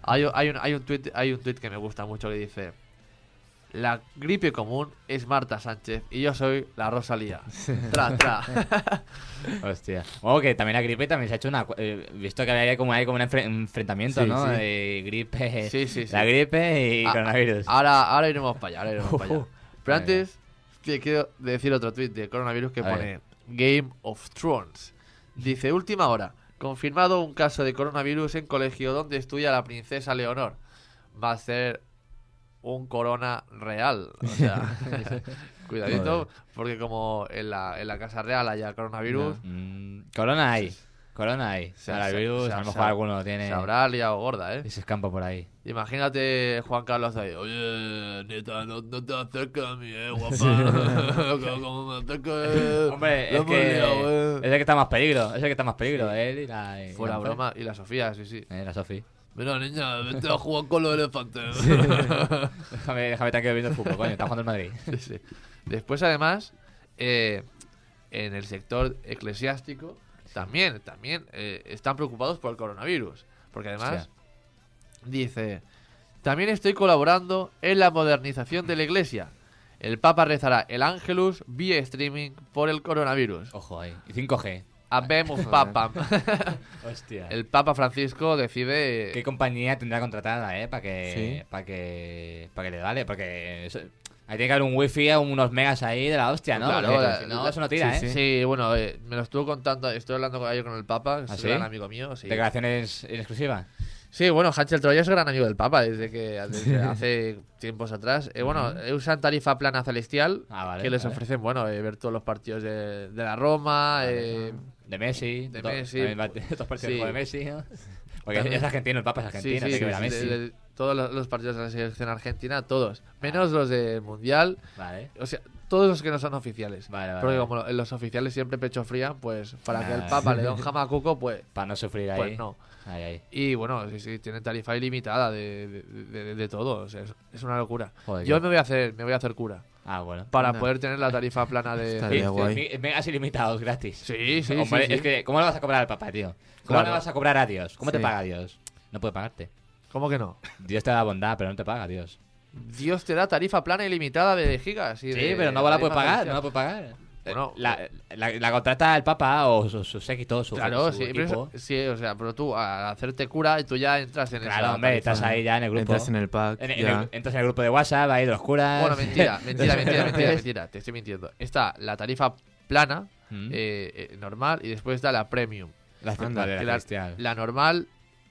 Speaker 6: Hay, un- hay, un, hay, un tweet, hay un tweet que me gusta mucho que dice: La gripe común es Marta Sánchez y yo soy la Rosalía. Tra, tra.
Speaker 1: Hostia. O que también la gripe también se ha hecho una. eh, visto que había como, hay como un enfre- enfrentamiento,
Speaker 6: Sí,
Speaker 1: ¿no?
Speaker 6: sí.
Speaker 1: De gripe.
Speaker 6: Sí, sí, sí.
Speaker 1: La gripe y
Speaker 6: Ah,
Speaker 1: coronavirus.
Speaker 6: Ahora, ahora iremos para allá, ahora iremos para allá. Pero
Speaker 1: Uh, Venga.
Speaker 6: antes, te quiero decir otro tweet de coronavirus que
Speaker 1: A
Speaker 6: pone Game of Thrones. Dice, última hora, confirmado un caso de coronavirus en colegio donde estudia la princesa Leonor. Va a ser un corona real. O sea,
Speaker 1: <laughs>
Speaker 6: cuidadito, porque como en la, en la Casa Real haya coronavirus,
Speaker 1: Mm, corona hay. Corona hay.
Speaker 6: se-
Speaker 1: Coronavirus,
Speaker 6: se-
Speaker 1: a lo
Speaker 6: se-
Speaker 1: mejor alguno lo tiene.
Speaker 6: se habrá liado gorda, ¿eh?
Speaker 1: Y se escampa por ahí.
Speaker 6: Imagínate Juan Carlos ahí, oye, neta, no, no te acerques a mí, eh, guapa. <laughs> como, como me acerques, eh,
Speaker 1: Hombre,
Speaker 6: la
Speaker 1: es
Speaker 6: hemos
Speaker 1: que.
Speaker 6: liado,
Speaker 1: Es
Speaker 6: eh.
Speaker 1: el que está más peligro. Es el que está más peligro. Él y la. y
Speaker 6: Fuera
Speaker 1: la mujer.
Speaker 6: broma, y la Sofía, sí, sí.
Speaker 1: Eh, la Sofi. <laughs>
Speaker 6: Mira, niña, vete a jugar con los elefantes. <laughs>
Speaker 1: Déjame, déjame tranquilo viendo el fútbol, coño. Está jugando el Madrid.
Speaker 6: <laughs> Sí, sí. Después, además, eh, en el sector eclesiástico también, también eh, están preocupados por el coronavirus. Porque
Speaker 1: Hostia.
Speaker 6: además, dice, también estoy colaborando en la modernización de la iglesia. El Papa rezará el Ángelus vía streaming por el coronavirus.
Speaker 1: Ojo ahí. Y 5G. <laughs>
Speaker 6: Habemos Papa.
Speaker 1: Hostia.
Speaker 6: El Papa Francisco decide...
Speaker 1: ¿Qué compañía tendrá contratada, eh? Para que,
Speaker 3: Sí.
Speaker 1: para que, para que le vale, porque eso- ahí tiene que haber un wifi, unos megas ahí de la hostia, ¿no?
Speaker 6: Claro,
Speaker 1: Porque
Speaker 6: la-
Speaker 1: si no,
Speaker 6: la-
Speaker 1: eso no tira, ¿eh?
Speaker 6: Sí, bueno, eh, me lo estuvo contando, estoy hablando con- ayer con el Papa, es
Speaker 1: ¿Ah,
Speaker 6: un
Speaker 1: sí?
Speaker 6: gran amigo mío. Sí.
Speaker 1: Declaraciones en exclusiva.
Speaker 6: Sí, bueno, Hanchel Troya es gran amigo del Papa desde que desde hace tiempos atrás. Eh, bueno, eh, usan tarifa plana celestial
Speaker 1: Ah, vale,
Speaker 6: que les
Speaker 1: vale.
Speaker 6: ofrecen, bueno, eh, ver todos los partidos de, de la Roma. eh,
Speaker 1: De Messi.
Speaker 6: De
Speaker 1: to-
Speaker 6: Messi.
Speaker 1: también va- <laughs> Dos partidos
Speaker 6: Sí.
Speaker 1: de Messi,
Speaker 6: <laughs>
Speaker 1: ¿no? Porque
Speaker 6: También.
Speaker 1: es argentino, el Papa es
Speaker 6: sí,
Speaker 1: argentino,
Speaker 6: sí,
Speaker 1: tiene que ver a
Speaker 6: de-
Speaker 1: Messi.
Speaker 6: de- de- todos los, los partidos de la selección argentina, todos, menos los de mundial,
Speaker 1: Vale.
Speaker 6: o sea, todos los que no son oficiales.
Speaker 1: Vale, vale,
Speaker 6: Porque
Speaker 1: vale.
Speaker 6: como lo- los oficiales siempre pecho fría, pues para que el
Speaker 1: Ah,
Speaker 6: Papa
Speaker 1: sí.
Speaker 6: le
Speaker 1: <laughs>
Speaker 6: dé un jamacuco, pues
Speaker 1: Para no sufrir ahí.
Speaker 6: Pues no.
Speaker 1: Ahí, ahí.
Speaker 6: Y bueno, sí, sí, tienen tarifa ilimitada de, de- de- de- de todo. O sea, es, es una locura.
Speaker 1: Joder,
Speaker 6: Yo
Speaker 1: qué-
Speaker 6: me voy a hacer, me voy a hacer cura.
Speaker 1: Ah, bueno. Este,
Speaker 6: Para
Speaker 3: Anda.
Speaker 6: poder tener la tarifa plana
Speaker 3: Está
Speaker 6: de.
Speaker 3: bien.
Speaker 1: Sí,
Speaker 3: guay.
Speaker 1: sí, Megas ilimitados, gratis.
Speaker 6: Sí, sí,
Speaker 1: Hombre,
Speaker 6: sí,
Speaker 1: es
Speaker 6: sí.
Speaker 1: que, ¿cómo le vas a cobrar al Papa, tío? ¿Cómo
Speaker 6: Claro.
Speaker 1: le vas a cobrar a Dios? ¿Cómo te
Speaker 3: Sí.
Speaker 1: paga Dios? No puede pagarte.
Speaker 6: ¿Cómo que no?
Speaker 1: Dios te da bondad, pero no te paga, Dios.
Speaker 6: Dios te da tarifa plana ilimitada de gigas. Y
Speaker 1: Sí,
Speaker 6: de-
Speaker 1: pero no la
Speaker 6: tarifa
Speaker 1: puede pagar,
Speaker 6: celestial.
Speaker 1: no la puede pagar. Eh,
Speaker 6: Bueno,
Speaker 1: la, la, la contrata el Papa o sus su séquitos, su,
Speaker 6: Claro,
Speaker 1: su
Speaker 6: sí, pero
Speaker 1: equipo.
Speaker 6: eso- sí, o sea, pero tú al hacerte cura, tú ya entras en
Speaker 1: Claro,
Speaker 6: esa
Speaker 1: hombre,
Speaker 6: tarifa.
Speaker 1: estás ahí ya en el grupo.
Speaker 3: Entras en el pack.
Speaker 1: En- en
Speaker 3: ya.
Speaker 1: el- entras en el grupo de WhatsApp, ahí de los curas.
Speaker 6: Bueno, mentira, mentira, mentira, mentira,
Speaker 1: ¿Ves?
Speaker 6: mentira. Te estoy mintiendo. Está la tarifa plana,
Speaker 1: <laughs> Mm.
Speaker 6: eh, eh, normal, y después está la premium.
Speaker 1: La,
Speaker 3: Anda,
Speaker 1: vale, la
Speaker 6: que la,
Speaker 1: celestial.
Speaker 6: la normal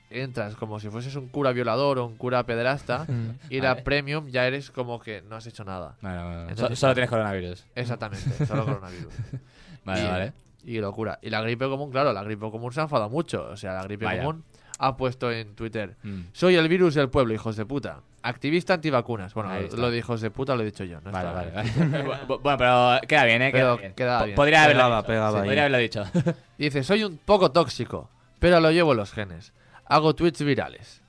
Speaker 6: entras como si fueses un cura violador o un
Speaker 1: <laughs>
Speaker 6: cura pederasta y la
Speaker 1: Vale.
Speaker 6: premium ya eres como que no has hecho nada.
Speaker 1: Bueno, bueno, so-
Speaker 6: Entonces-
Speaker 1: solo tienes coronavirus.
Speaker 6: Exactamente, solo coronavirus.
Speaker 1: <laughs> Vale,
Speaker 6: y,
Speaker 1: vale.
Speaker 6: Y locura. Y la gripe común, claro, la gripe común se ha enfadado mucho. O sea, la gripe
Speaker 1: Vaya.
Speaker 6: común ha puesto en Twitter,
Speaker 1: Mm.
Speaker 6: soy el virus del pueblo, hijos de puta. Activista antivacunas. Bueno,
Speaker 1: Ahí está.
Speaker 6: lo de hijos de puta lo he dicho yo. No
Speaker 1: Vale,
Speaker 6: está
Speaker 1: vale,
Speaker 6: mal.
Speaker 1: vale. ¿eh? <laughs> Bu- bueno, pero queda bien, ¿eh? Queda
Speaker 6: Pero
Speaker 1: bien.
Speaker 6: queda
Speaker 1: Po-
Speaker 6: bien.
Speaker 1: Podría haberlo
Speaker 3: Pegaba,
Speaker 1: dicho.
Speaker 3: pegaba ahí.
Speaker 1: Podría haberlo
Speaker 6: <laughs>
Speaker 1: dicho.
Speaker 6: Dice, soy un poco tóxico, pero lo llevo en los genes. Hago tweets virales.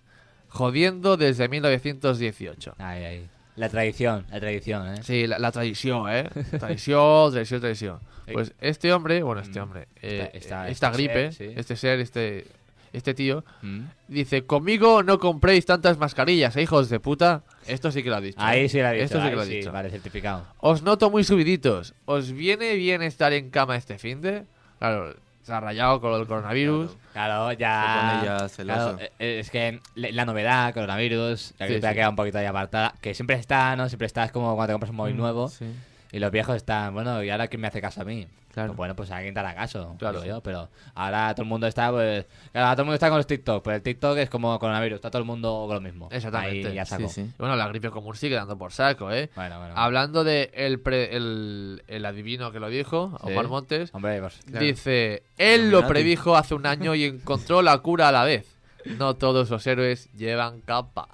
Speaker 6: Jodiendo desde 1918.
Speaker 1: Ahí, ahí. La tradición, la tradición, ¿eh?
Speaker 6: Sí, la, la tradición,
Speaker 1: <laughs>
Speaker 6: ¿eh? Tradición, tradición, tradición.
Speaker 1: Sí.
Speaker 6: Pues este hombre, bueno, este hombre, eh,
Speaker 1: esta-
Speaker 6: esta
Speaker 1: Mm. este
Speaker 6: gripe,
Speaker 1: ser, sí.
Speaker 6: este ser, este, este tío,
Speaker 1: Mm.
Speaker 6: dice, conmigo no compréis tantas mascarillas, eh, hijos de puta. Esto sí que lo ha dicho.
Speaker 1: Ahí
Speaker 6: ¿eh?
Speaker 1: sí lo ha dicho.
Speaker 6: Esto sí
Speaker 1: ahí
Speaker 6: que lo ha
Speaker 1: sí,
Speaker 6: dicho.
Speaker 1: Vale, certificado.
Speaker 6: Os noto muy subiditos. ¿Os viene bien estar en cama este finde? Claro, se ha rayado con el coronavirus.
Speaker 1: Claro, ya.
Speaker 3: Se pone ya celoso.
Speaker 1: Claro, eh, eh, es que le- la novedad, coronavirus, la
Speaker 6: Sí,
Speaker 1: gripe ha
Speaker 6: sí.
Speaker 1: quedado un poquito ahí apartada. Que siempre está, ¿no? Siempre estás como cuando te compras un
Speaker 3: Mm.
Speaker 1: móvil nuevo.
Speaker 3: Sí.
Speaker 1: Y los viejos están, bueno, ¿y ahora quién me hace caso a mí?
Speaker 3: Claro.
Speaker 1: Pues bueno, pues alguien te hará caso,
Speaker 6: Claro.
Speaker 1: digo yo, pero ahora todo el mundo está, pues, claro, ahora todo el mundo está con los TikTok, pero el TikTok es como coronavirus, está todo el mundo con lo mismo.
Speaker 6: Exactamente.
Speaker 1: Ahí ya saco.
Speaker 3: Sí, sí.
Speaker 6: Bueno, la gripe común sigue dando por saco, ¿eh?
Speaker 1: Bueno, bueno.
Speaker 6: Hablando de el, pre- el, el adivino que lo dijo,
Speaker 1: Sí.
Speaker 6: Omar Montes,
Speaker 1: Hombre, pues,
Speaker 6: dice, él lo
Speaker 3: Illuminati.
Speaker 6: predijo hace un año y encontró la cura a la vez. No todos los héroes llevan capa.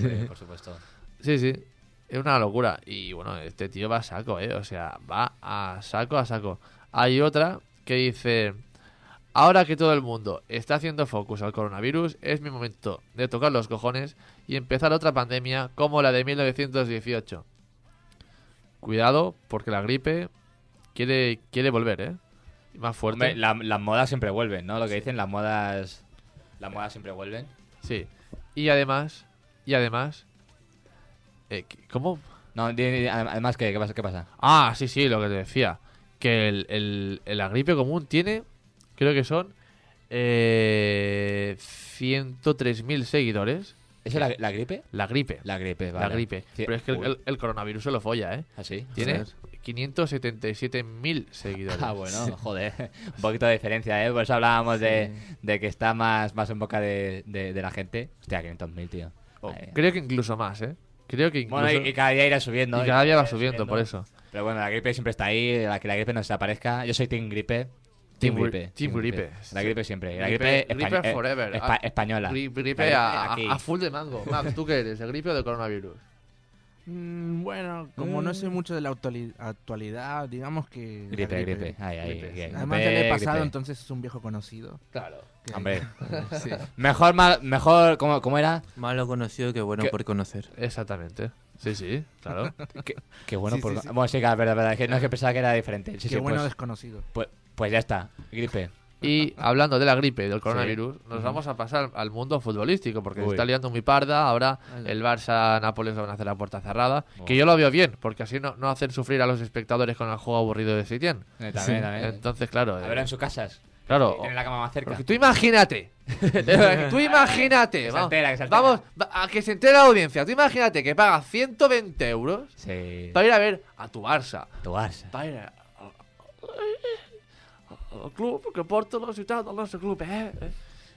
Speaker 1: hombre, por supuesto.
Speaker 6: Sí, sí. Es una locura. Y bueno, este tío va a saco, ¿eh? O sea, va a saco, a saco. Hay otra que dice... Ahora que todo el mundo está haciendo focus al coronavirus, es mi momento de tocar los cojones y empezar otra pandemia como la de 1918. Cuidado, porque la gripe quiere, quiere volver, ¿eh? Y Más fuerte.
Speaker 1: Hombre, la- las modas siempre vuelven, ¿no? Lo que dicen, las modas, las modas siempre vuelven.
Speaker 6: Sí. Y además... Y además... eh, ¿Cómo?
Speaker 1: No, di- di- además, ¿qué, qué pasa? ¿Qué pasa?
Speaker 6: Ah, sí, sí, lo que te decía. Que el, el, el- la gripe común tiene, creo que son eh, 103.000 seguidores.
Speaker 1: ¿Eso es la, la gripe?
Speaker 6: La gripe. La,
Speaker 1: La gripe, vale.
Speaker 6: gripe.
Speaker 1: Sí,
Speaker 6: Pero es que el,
Speaker 1: uy, ¿Ah,
Speaker 6: el- el coronavirus se lo folla, ¿eh?
Speaker 1: ¿Así?
Speaker 6: Tiene
Speaker 3: Joder.
Speaker 6: 577.000
Speaker 1: <laughs>
Speaker 6: seguidores.
Speaker 1: Ah, bueno, joder. Un poquito de diferencia, ¿eh? Por eso hablábamos de, de que está más, más en boca de, de, de la gente. Hostia, 500.000, tío.
Speaker 6: O
Speaker 1: Madre mía.
Speaker 6: Oh. creo que incluso más, ¿eh? Creo que incluso...
Speaker 1: Bueno, y, y cada día irá subiendo.
Speaker 6: y cada día va subiendo, por eso.
Speaker 1: Pero bueno, la gripe siempre está ahí, la, que la gripe no desaparezca. Yo soy Team Gripe.
Speaker 6: Team
Speaker 1: Team
Speaker 6: gri-
Speaker 1: Gripe.
Speaker 6: team gripe.
Speaker 1: La gripe siempre. La gripe,
Speaker 6: Gripe- gripe
Speaker 1: española- eh,
Speaker 6: forever.
Speaker 1: espa-
Speaker 6: Ah,
Speaker 1: española.
Speaker 6: Gri-
Speaker 1: La
Speaker 6: Gripe
Speaker 1: gripe
Speaker 6: a,
Speaker 1: aquí.
Speaker 6: a- a full de mango. Max, ¿tú qué eres? ¿De gripe o de coronavirus?
Speaker 2: Mm, bueno, como no sé
Speaker 6: Mm.
Speaker 2: mucho de la actuali- actualidad, digamos que. la
Speaker 1: Gripe, gripe. Ay, ay,
Speaker 6: Gripe.
Speaker 1: gripe.
Speaker 2: Además ya le he pasado,
Speaker 1: gripe.
Speaker 2: entonces es un viejo
Speaker 6: <laughs>
Speaker 2: conocido.
Speaker 6: Claro.
Speaker 2: que-
Speaker 1: Hombre,
Speaker 2: sí.
Speaker 1: mejor, mal, mejor, ¿cómo, cómo
Speaker 6: <laughs>
Speaker 1: era?
Speaker 3: Malo conocido que bueno
Speaker 6: ¿Qué?
Speaker 3: por conocer.
Speaker 6: Exactamente. Sí, sí, claro.
Speaker 1: <laughs> Qué, qué bueno
Speaker 2: Sí,
Speaker 1: por...
Speaker 2: sí, sí.
Speaker 1: Bueno, sí, claro, es verdad, es verdad. es que No es que pensaba que era diferente. Sí,
Speaker 2: Qué
Speaker 1: sí,
Speaker 2: bueno
Speaker 1: pues-
Speaker 2: desconocido.
Speaker 1: Pues, pues ya está, gripe.
Speaker 6: Y hablando de la gripe y del coronavirus, nos vamos a pasar al mundo futbolístico, porque se
Speaker 1: Uy.
Speaker 6: está liando muy parda. Ahora
Speaker 3: Ala.
Speaker 6: el Barça-Nápoles lo van a hacer a puerta cerrada,
Speaker 1: Oh.
Speaker 6: que yo lo veo bien, porque así no, no hacen sufrir a los espectadores con el juego aburrido de Setién.
Speaker 1: Eh, También, también.
Speaker 6: Entonces, claro,
Speaker 1: a
Speaker 6: eh,
Speaker 1: ver en sus casas.
Speaker 6: claro,
Speaker 1: Tienen la cama más cerca.
Speaker 6: porque
Speaker 1: <laughs>
Speaker 6: tú imagínate, <laughs> tú imagínate,
Speaker 1: se
Speaker 6: vamos,
Speaker 1: entera, que se entera.
Speaker 6: vamos, va- a que se entere la audiencia, tú imagínate que pagas 120 euros
Speaker 1: Sí.
Speaker 6: para ir a ver a tu Barça,
Speaker 1: Tu Barça.
Speaker 6: para ir a- al club que porta la ciutat del nostre club, eh? eh?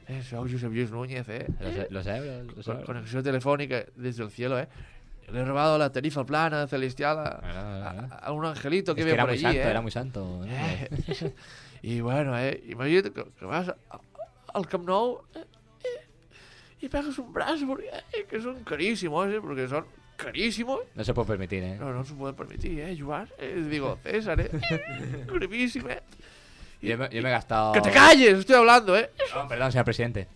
Speaker 6: Eh, sou Josep Lluís Núñez, eh?
Speaker 1: Los, los euros. Los
Speaker 6: Con-
Speaker 1: euros.
Speaker 6: Conexión telefónica desde el cielo, eh? Le he robado la tarifa plana celestial a,
Speaker 1: Ah,
Speaker 6: a-
Speaker 1: ah,
Speaker 6: a un angelito que
Speaker 1: Es que
Speaker 6: vive
Speaker 1: era
Speaker 6: por
Speaker 1: muy
Speaker 6: allí,
Speaker 1: santo,
Speaker 6: eh?
Speaker 1: era muy santo. ¿no?
Speaker 6: Eh, y bueno, eh, imagínate que, que vas a- a- al Camp Nou eh, eh, y pegas un brazo porque eh, que son carísimos, eh, porque son carísimos.
Speaker 1: No se puede permitir, ¿eh?
Speaker 6: No, no se puede permitir, eh, jugar. Eh, digo,
Speaker 1: <laughs>
Speaker 6: César, eh, gravísimo, eh.
Speaker 1: Yo me, yo me he gastado...
Speaker 6: ¡Que te calles! Estoy hablando, ¿eh?
Speaker 1: No, perdón, señor presidente.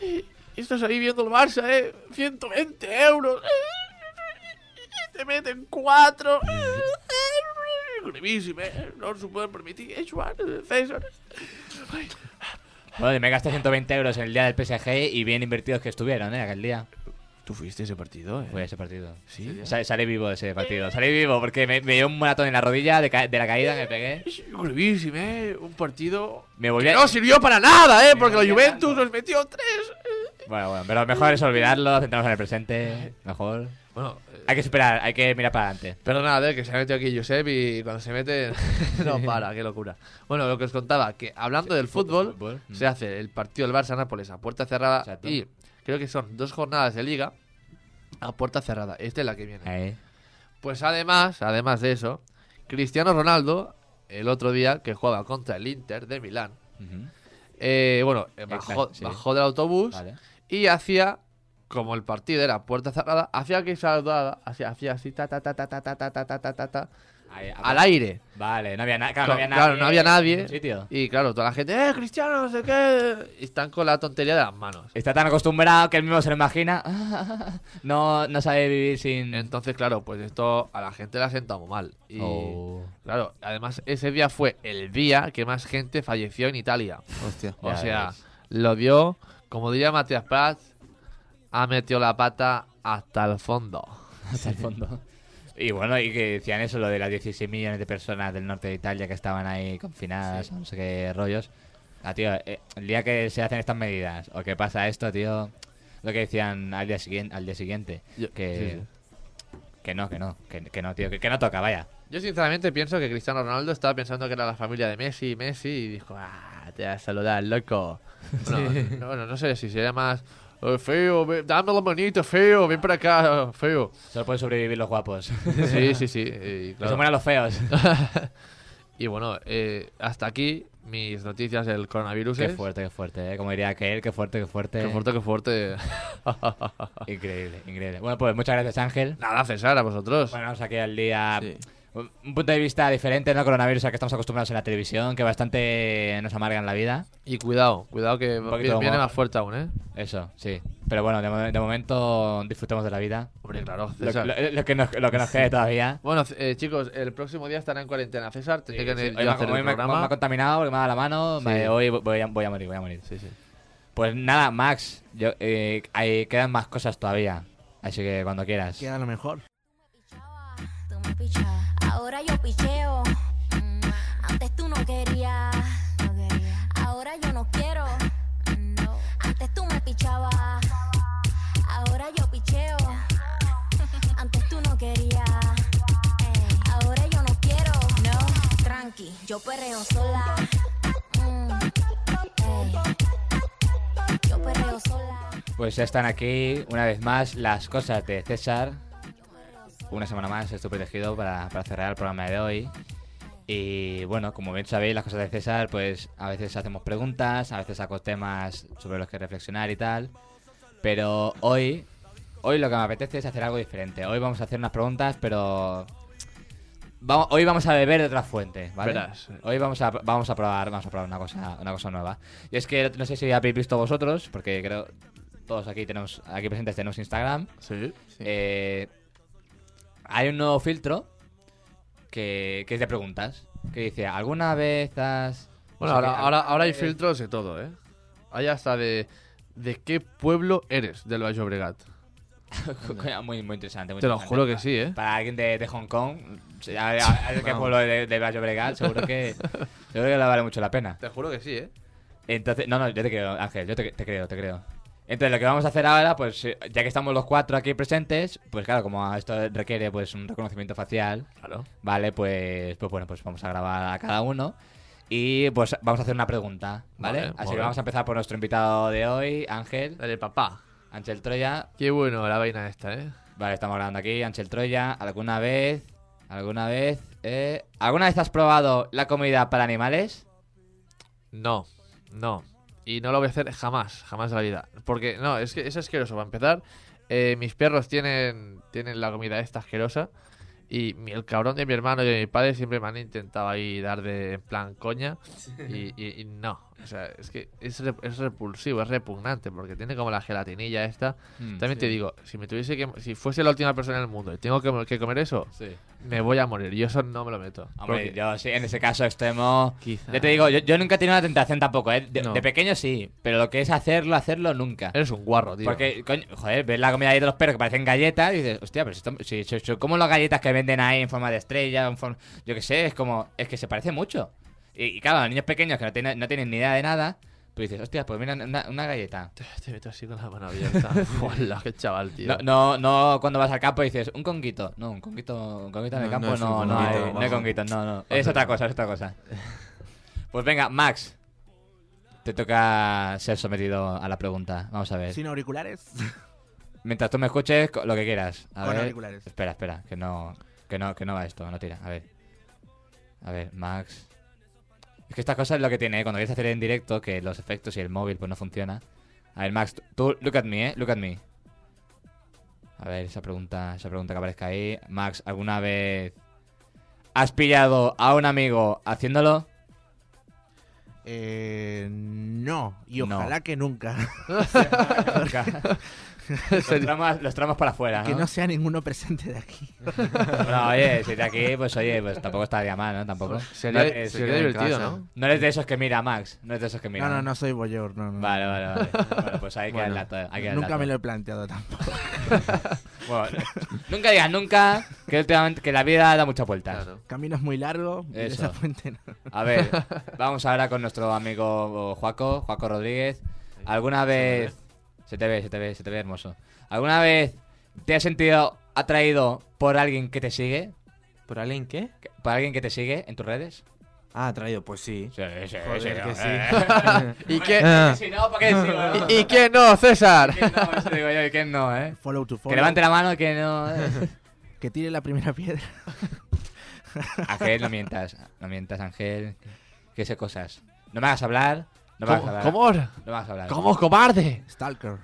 Speaker 6: Y estás ahí viendo el Barça, ¿eh? 120 euros. ¿eh? Y te meten 4. Gravísimo, ¿eh? No se puede permitir. ¿eh, Joan? César. Ay,
Speaker 1: Bueno, me gasté 120 euros en el día del PSG y bien invertidos que estuvieron, ¿eh? Aquel día.
Speaker 6: ¿Tú fuiste a ese partido, eh?
Speaker 1: Fue ese partido.
Speaker 6: Sí.
Speaker 1: Sa- salí vivo de ese partido. Salí vivo porque me, me dio un maratón en la rodilla de, ca- de la caída que me pegué.
Speaker 6: Gravísimo, ¿eh? Un partido...
Speaker 1: Me volví
Speaker 6: que
Speaker 1: a-
Speaker 6: no sirvió para nada, ¿eh? Porque la
Speaker 1: volví
Speaker 6: Juventus
Speaker 1: andando.
Speaker 6: nos metió ¿eh? 3.
Speaker 1: Bueno, bueno, pero mejor es olvidarlo, centrarnos en el presente. Mejor.
Speaker 6: Bueno...
Speaker 1: Hay que superar, hay que mirar para adelante.
Speaker 6: Perdonad, eh, que se ha metido aquí Josep y cuando se mete <laughs> no para, <laughs> qué locura. Bueno, lo que os contaba, que hablando del fútbol,
Speaker 1: fútbol, mm.
Speaker 6: se hace el partido del Barça-Nápoles a puerta cerrada
Speaker 1: Exacto.
Speaker 6: y creo que son dos jornadas de liga a puerta cerrada. Esta es la que viene.
Speaker 1: Ahí.
Speaker 6: Pues además, además de eso, Cristiano Ronaldo, el otro día que jugaba contra el Inter de Milán,
Speaker 1: Ujú.
Speaker 6: eh, bueno, eh,
Speaker 1: Exacto,
Speaker 6: bajó,
Speaker 1: sí.
Speaker 6: bajó del autobús
Speaker 1: Vale.
Speaker 6: y hacía como el partido era puerta cerrada, hacía que saludada, hacía, hacía así, ta, ta, ta, ta, ta, ta, ta, ta, ta, ta, ta, ta,
Speaker 1: Ahí, a-
Speaker 6: al aire.
Speaker 1: Vale, no había, na- claro, no había nadie.
Speaker 6: Claro, no había nadie.
Speaker 1: en ningún sitio.
Speaker 6: Y claro, toda la gente, ¡eh, Cristiano, no sé qué! Y están con la tontería de las manos.
Speaker 1: Está tan acostumbrado que él mismo se lo imagina. <laughs> No, no sabe vivir sin.
Speaker 6: Entonces, claro, pues esto a la gente le ha sentado muy mal. Y
Speaker 1: Oh.
Speaker 6: claro, además ese día fue el día que más gente falleció en <laughs> Italia.
Speaker 3: Hostia.
Speaker 6: O
Speaker 1: Ya
Speaker 6: sea,
Speaker 1: ves.
Speaker 6: lo dio, como diría Matías Prats, ha metido la pata hasta el fondo.
Speaker 1: hasta el fondo. Y bueno, y que decían eso, lo de las 16 millones de personas del norte de Italia que estaban ahí confinadas, no sé qué rollos. Ah, tío, eh, el día que se hacen estas medidas o que pasa esto, tío, lo que decían al día siguiente, al día siguiente
Speaker 6: Yo-
Speaker 1: que,
Speaker 6: sí,
Speaker 1: que no, que no, que, que no, tío, que, que no toca, vaya.
Speaker 6: Yo sinceramente pienso que Cristiano Ronaldo estaba pensando que era la familia de Messi, Messi, y dijo, ah, te vas a saludar, loco. Bueno, no, bueno, no sé si sería más, "Eh, feo, ve- dame la manito, feo, ven para acá, feo.
Speaker 1: Solo pueden sobrevivir los
Speaker 6: <laughs>
Speaker 1: guapos.
Speaker 6: Sí, sí, sí. y
Speaker 1: <laughs> Que
Speaker 6: claro.
Speaker 1: se mueran los feos.
Speaker 6: <laughs> Y bueno, eh, hasta aquí mis noticias del coronavirus.
Speaker 1: Qué fuerte, qué fuerte, ¿eh? Como diría aquel, qué fuerte, qué fuerte.
Speaker 6: Qué fuerte,
Speaker 1: <laughs>
Speaker 6: qué fuerte.
Speaker 1: Increíble, increíble. Bueno, pues muchas gracias, Ángel.
Speaker 6: Nada, César, a vosotros.
Speaker 1: Bueno, vamos aquí al día.
Speaker 3: Sí.
Speaker 1: Un un punto de vista diferente, ¿no? Coronavirus al que estamos acostumbrados en la televisión, que bastante nos amargan la vida.
Speaker 6: Y cuidado, cuidado que
Speaker 1: poquito
Speaker 6: viene,
Speaker 1: de
Speaker 6: viene
Speaker 1: humor.
Speaker 6: más fuerte aún, ¿eh?
Speaker 1: Eso, sí. Pero bueno, de, mo- de momento disfrutemos de la vida.
Speaker 6: Hombre, claro,
Speaker 1: Lo,
Speaker 6: César.
Speaker 1: lo- lo que, nos, lo que nos quede todavía.
Speaker 6: Bueno, c- eh, chicos, el próximo día estará en cuarentena. César, tendré
Speaker 1: Sí, sí.
Speaker 6: que venir
Speaker 1: Hoy
Speaker 6: yo
Speaker 1: me,
Speaker 6: a hacer
Speaker 1: hoy
Speaker 6: el
Speaker 1: me- me
Speaker 6: programa.
Speaker 1: ha contaminado porque me ha dado la mano.
Speaker 6: Sí.
Speaker 1: Vale, Hoy voy a, voy a morir, voy a morir.
Speaker 6: Sí, sí.
Speaker 1: Pues nada, Max, yo, eh, ahí quedan más cosas todavía. Así que cuando quieras.
Speaker 2: Queda lo mejor.
Speaker 8: Tú me pichabas. Ahora yo picheo. Mm, Antes tú no querías. Ahora yo no quiero. Antes tú me pichabas. Ahora yo picheo. Antes tú no querías. Ey, Ahora yo no quiero. No, tranqui, yo perreo sola. Mm, ey, Yo perreo sola.
Speaker 1: Pues ya están aquí una vez más las cosas de César. Una semana más, estoy protegido para, para cerrar el programa de hoy. Y bueno, como bien sabéis, las cosas de César, pues a veces hacemos preguntas, a veces saco temas sobre los que reflexionar y tal. Pero hoy, hoy lo que me apetece es hacer algo diferente. Hoy vamos a hacer unas preguntas, pero vamos- hoy vamos a beber de otra fuente, ¿vale?
Speaker 6: Verás.
Speaker 1: Hoy vamos a, vamos a probar, vamos a probar una cosa, una cosa nueva. Y es que no sé si habéis visto vosotros, porque creo todos aquí tenemos, aquí presentes tenemos Instagram.
Speaker 6: Sí.
Speaker 1: Eh, hay un nuevo filtro que, que es de preguntas. Que dice, ¿alguna vez has...?
Speaker 6: Bueno,
Speaker 1: no sé
Speaker 6: ahora,
Speaker 1: qué,
Speaker 6: ahora,
Speaker 1: alguna
Speaker 6: ahora hay
Speaker 1: vez-
Speaker 6: filtros de todo, ¿eh? Hay hasta de. ¿De qué pueblo eres del Valle Obregat?
Speaker 1: Coño, <laughs> muy, muy interesante. muy
Speaker 6: Te lo
Speaker 1: interesante.
Speaker 6: juro que sí, ¿eh?
Speaker 1: Para alguien de, de Hong Kong, a, a- a- que
Speaker 3: Vamos.
Speaker 1: pueblo de, de Valle Obregat, seguro
Speaker 6: <laughs>
Speaker 1: que, seguro que le vale mucho la pena.
Speaker 6: Te juro que sí, ¿eh?
Speaker 1: Entonces, no, no, yo te creo, Ángel, yo te, te creo, te creo. Entonces, lo que vamos a hacer ahora, pues, eh, ya que estamos los cuatro aquí presentes, pues claro, como esto requiere, pues, un reconocimiento facial,
Speaker 6: Claro.
Speaker 1: Vale, pues, pues bueno, pues vamos a grabar a cada uno. Y pues vamos a hacer una pregunta, ¿vale?
Speaker 6: Vale,
Speaker 1: Así
Speaker 6: vale.
Speaker 1: que vamos a empezar por nuestro invitado de hoy, Ángel.
Speaker 6: Dale, papá.
Speaker 1: Ángel Troya.
Speaker 6: Qué bueno la vaina esta, ¿eh?
Speaker 1: Vale, estamos grabando aquí. Ángel Troya, ¿alguna vez? ¿Alguna vez? eh, ¿Alguna vez has probado la comida para animales?
Speaker 6: No, no. Y no lo voy a hacer jamás, jamás de la vida. Porque, no, es que es asqueroso. Para empezar, eh, mis perros tienen, tienen la comida esta asquerosa. Y mi- el cabrón de mi hermano y de mi padre siempre me han intentado ahí dar de en plan coña. Y, y- y no, o sea, es que es, re- es repulsivo, es repugnante. Porque tiene como la gelatinilla esta.
Speaker 1: Mm,
Speaker 6: También te digo, si me tuviese que. Si fuese la última persona en el mundo y tengo que, que comer eso,
Speaker 1: Sí.
Speaker 6: me voy a morir. Yo eso no me lo meto.
Speaker 1: Hombre,
Speaker 6: Porque-
Speaker 1: yo sí, en ese caso extremo.
Speaker 3: Quizá.
Speaker 1: Ya te digo, yo, yo nunca he tenido una tentación tampoco, ¿eh? De,
Speaker 3: No.
Speaker 1: de pequeño sí, pero lo que es hacerlo, hacerlo nunca.
Speaker 6: Eres un guarro, tío.
Speaker 1: Porque, coño, joder, ves la comida ahí de los perros que parecen galletas y dices, hostia, pero si esto- si, si- si- como las galletas que venden ahí en forma de estrella, en forma, yo qué sé, es como, es que se parece mucho. Y, y claro, los niños pequeños que no tienen, no tienen ni idea de nada, pues dices, hostia, pues mira, una, una galleta.
Speaker 6: Te meto así con la mano
Speaker 1: <laughs>
Speaker 6: abierta. Hola, qué chaval, tío.
Speaker 1: No, no, no cuando vas al campo dices, un conguito. No, un conguito, un conguito en el
Speaker 3: No,
Speaker 1: campo no,
Speaker 3: no es un
Speaker 1: no, hay,
Speaker 3: conguito,
Speaker 1: no hay
Speaker 3: vamos.
Speaker 1: conguitos, no, no. Es otra cosa, es otra cosa. Pues venga, Max, te toca ser sometido a la pregunta. Vamos a ver.
Speaker 2: Sin auriculares. <laughs>
Speaker 1: Mientras tú me escuches, co- lo que quieras. A
Speaker 2: Con
Speaker 1: ver.
Speaker 2: auriculares.
Speaker 1: Espera, espera, que no, que no, que no va esto, no tira. A ver. A ver, Max. Es que estas cosas es lo que tiene, ¿eh? cuando quieres hacer en directo, que los efectos y el móvil pues no funciona. A ver, Max, tú, look at me, eh, look at me. A ver, esa pregunta, esa pregunta que aparezca ahí. Max, ¿alguna vez has pillado a un amigo
Speaker 2: <laughs>
Speaker 1: haciéndolo?
Speaker 2: Eh, no, y
Speaker 1: No.
Speaker 2: ojalá
Speaker 1: <laughs>
Speaker 2: que nunca. <laughs>
Speaker 1: los, tramos, los tramos para afuera,
Speaker 2: Que
Speaker 1: ¿no?
Speaker 2: no sea ninguno presente de aquí.
Speaker 1: No, oye, si de aquí, pues oye, pues tampoco estaría mal, ¿no? Tampoco.
Speaker 6: Pues Sería-
Speaker 1: No eres-
Speaker 6: sería divertido, ¿no?
Speaker 1: No eres de esos que mira, Max. No eres de esos que mira.
Speaker 2: No, no, no soy voyeur. No, no.
Speaker 1: Vale, vale, vale. Bueno, pues hay que
Speaker 6: Bueno,
Speaker 1: darle a todo, hay que darle a
Speaker 2: Nunca me
Speaker 1: todo.
Speaker 2: lo he planteado tampoco.
Speaker 1: Bueno, nunca digas nunca que, últimamente- que la vida da muchas vueltas.
Speaker 6: Claro.
Speaker 2: Camino es muy largo, y de
Speaker 1: Eso.
Speaker 2: esa fuente no.
Speaker 1: A ver, vamos ahora con nuestro amigo Juaco, Juaco Rodríguez. ¿Alguna vez... Se te ve, se te ve, se te ve hermoso. ¿Alguna vez te has sentido atraído por alguien que te sigue?
Speaker 9: ¿Por alguien qué?
Speaker 1: ¿Que- ¿Por alguien que te sigue en tus redes?
Speaker 9: Ah, traído, pues sí.
Speaker 1: Sí, sí,
Speaker 9: Joder, que
Speaker 1: <laughs>
Speaker 9: sí.
Speaker 6: ¿Y qué,
Speaker 3: Ah,
Speaker 1: Si no, ¿para qué sigo? no?
Speaker 6: y, y qué no, César?
Speaker 1: ¿Quién no? Eso digo yo, ¿y quién no, eh?
Speaker 2: Follow to follow.
Speaker 1: Que levante la mano que no... eh.
Speaker 2: que tire la primera piedra.
Speaker 1: Ángel, no mientas. No mientas, Ángel. Que sé cosas. No me hagas hablar. No me hagas
Speaker 6: ¿Cómo,
Speaker 1: hablar.
Speaker 6: ¿Cómo?
Speaker 1: No me hagas hablar.
Speaker 6: ¿Cómo, cobarde?
Speaker 2: Stalker.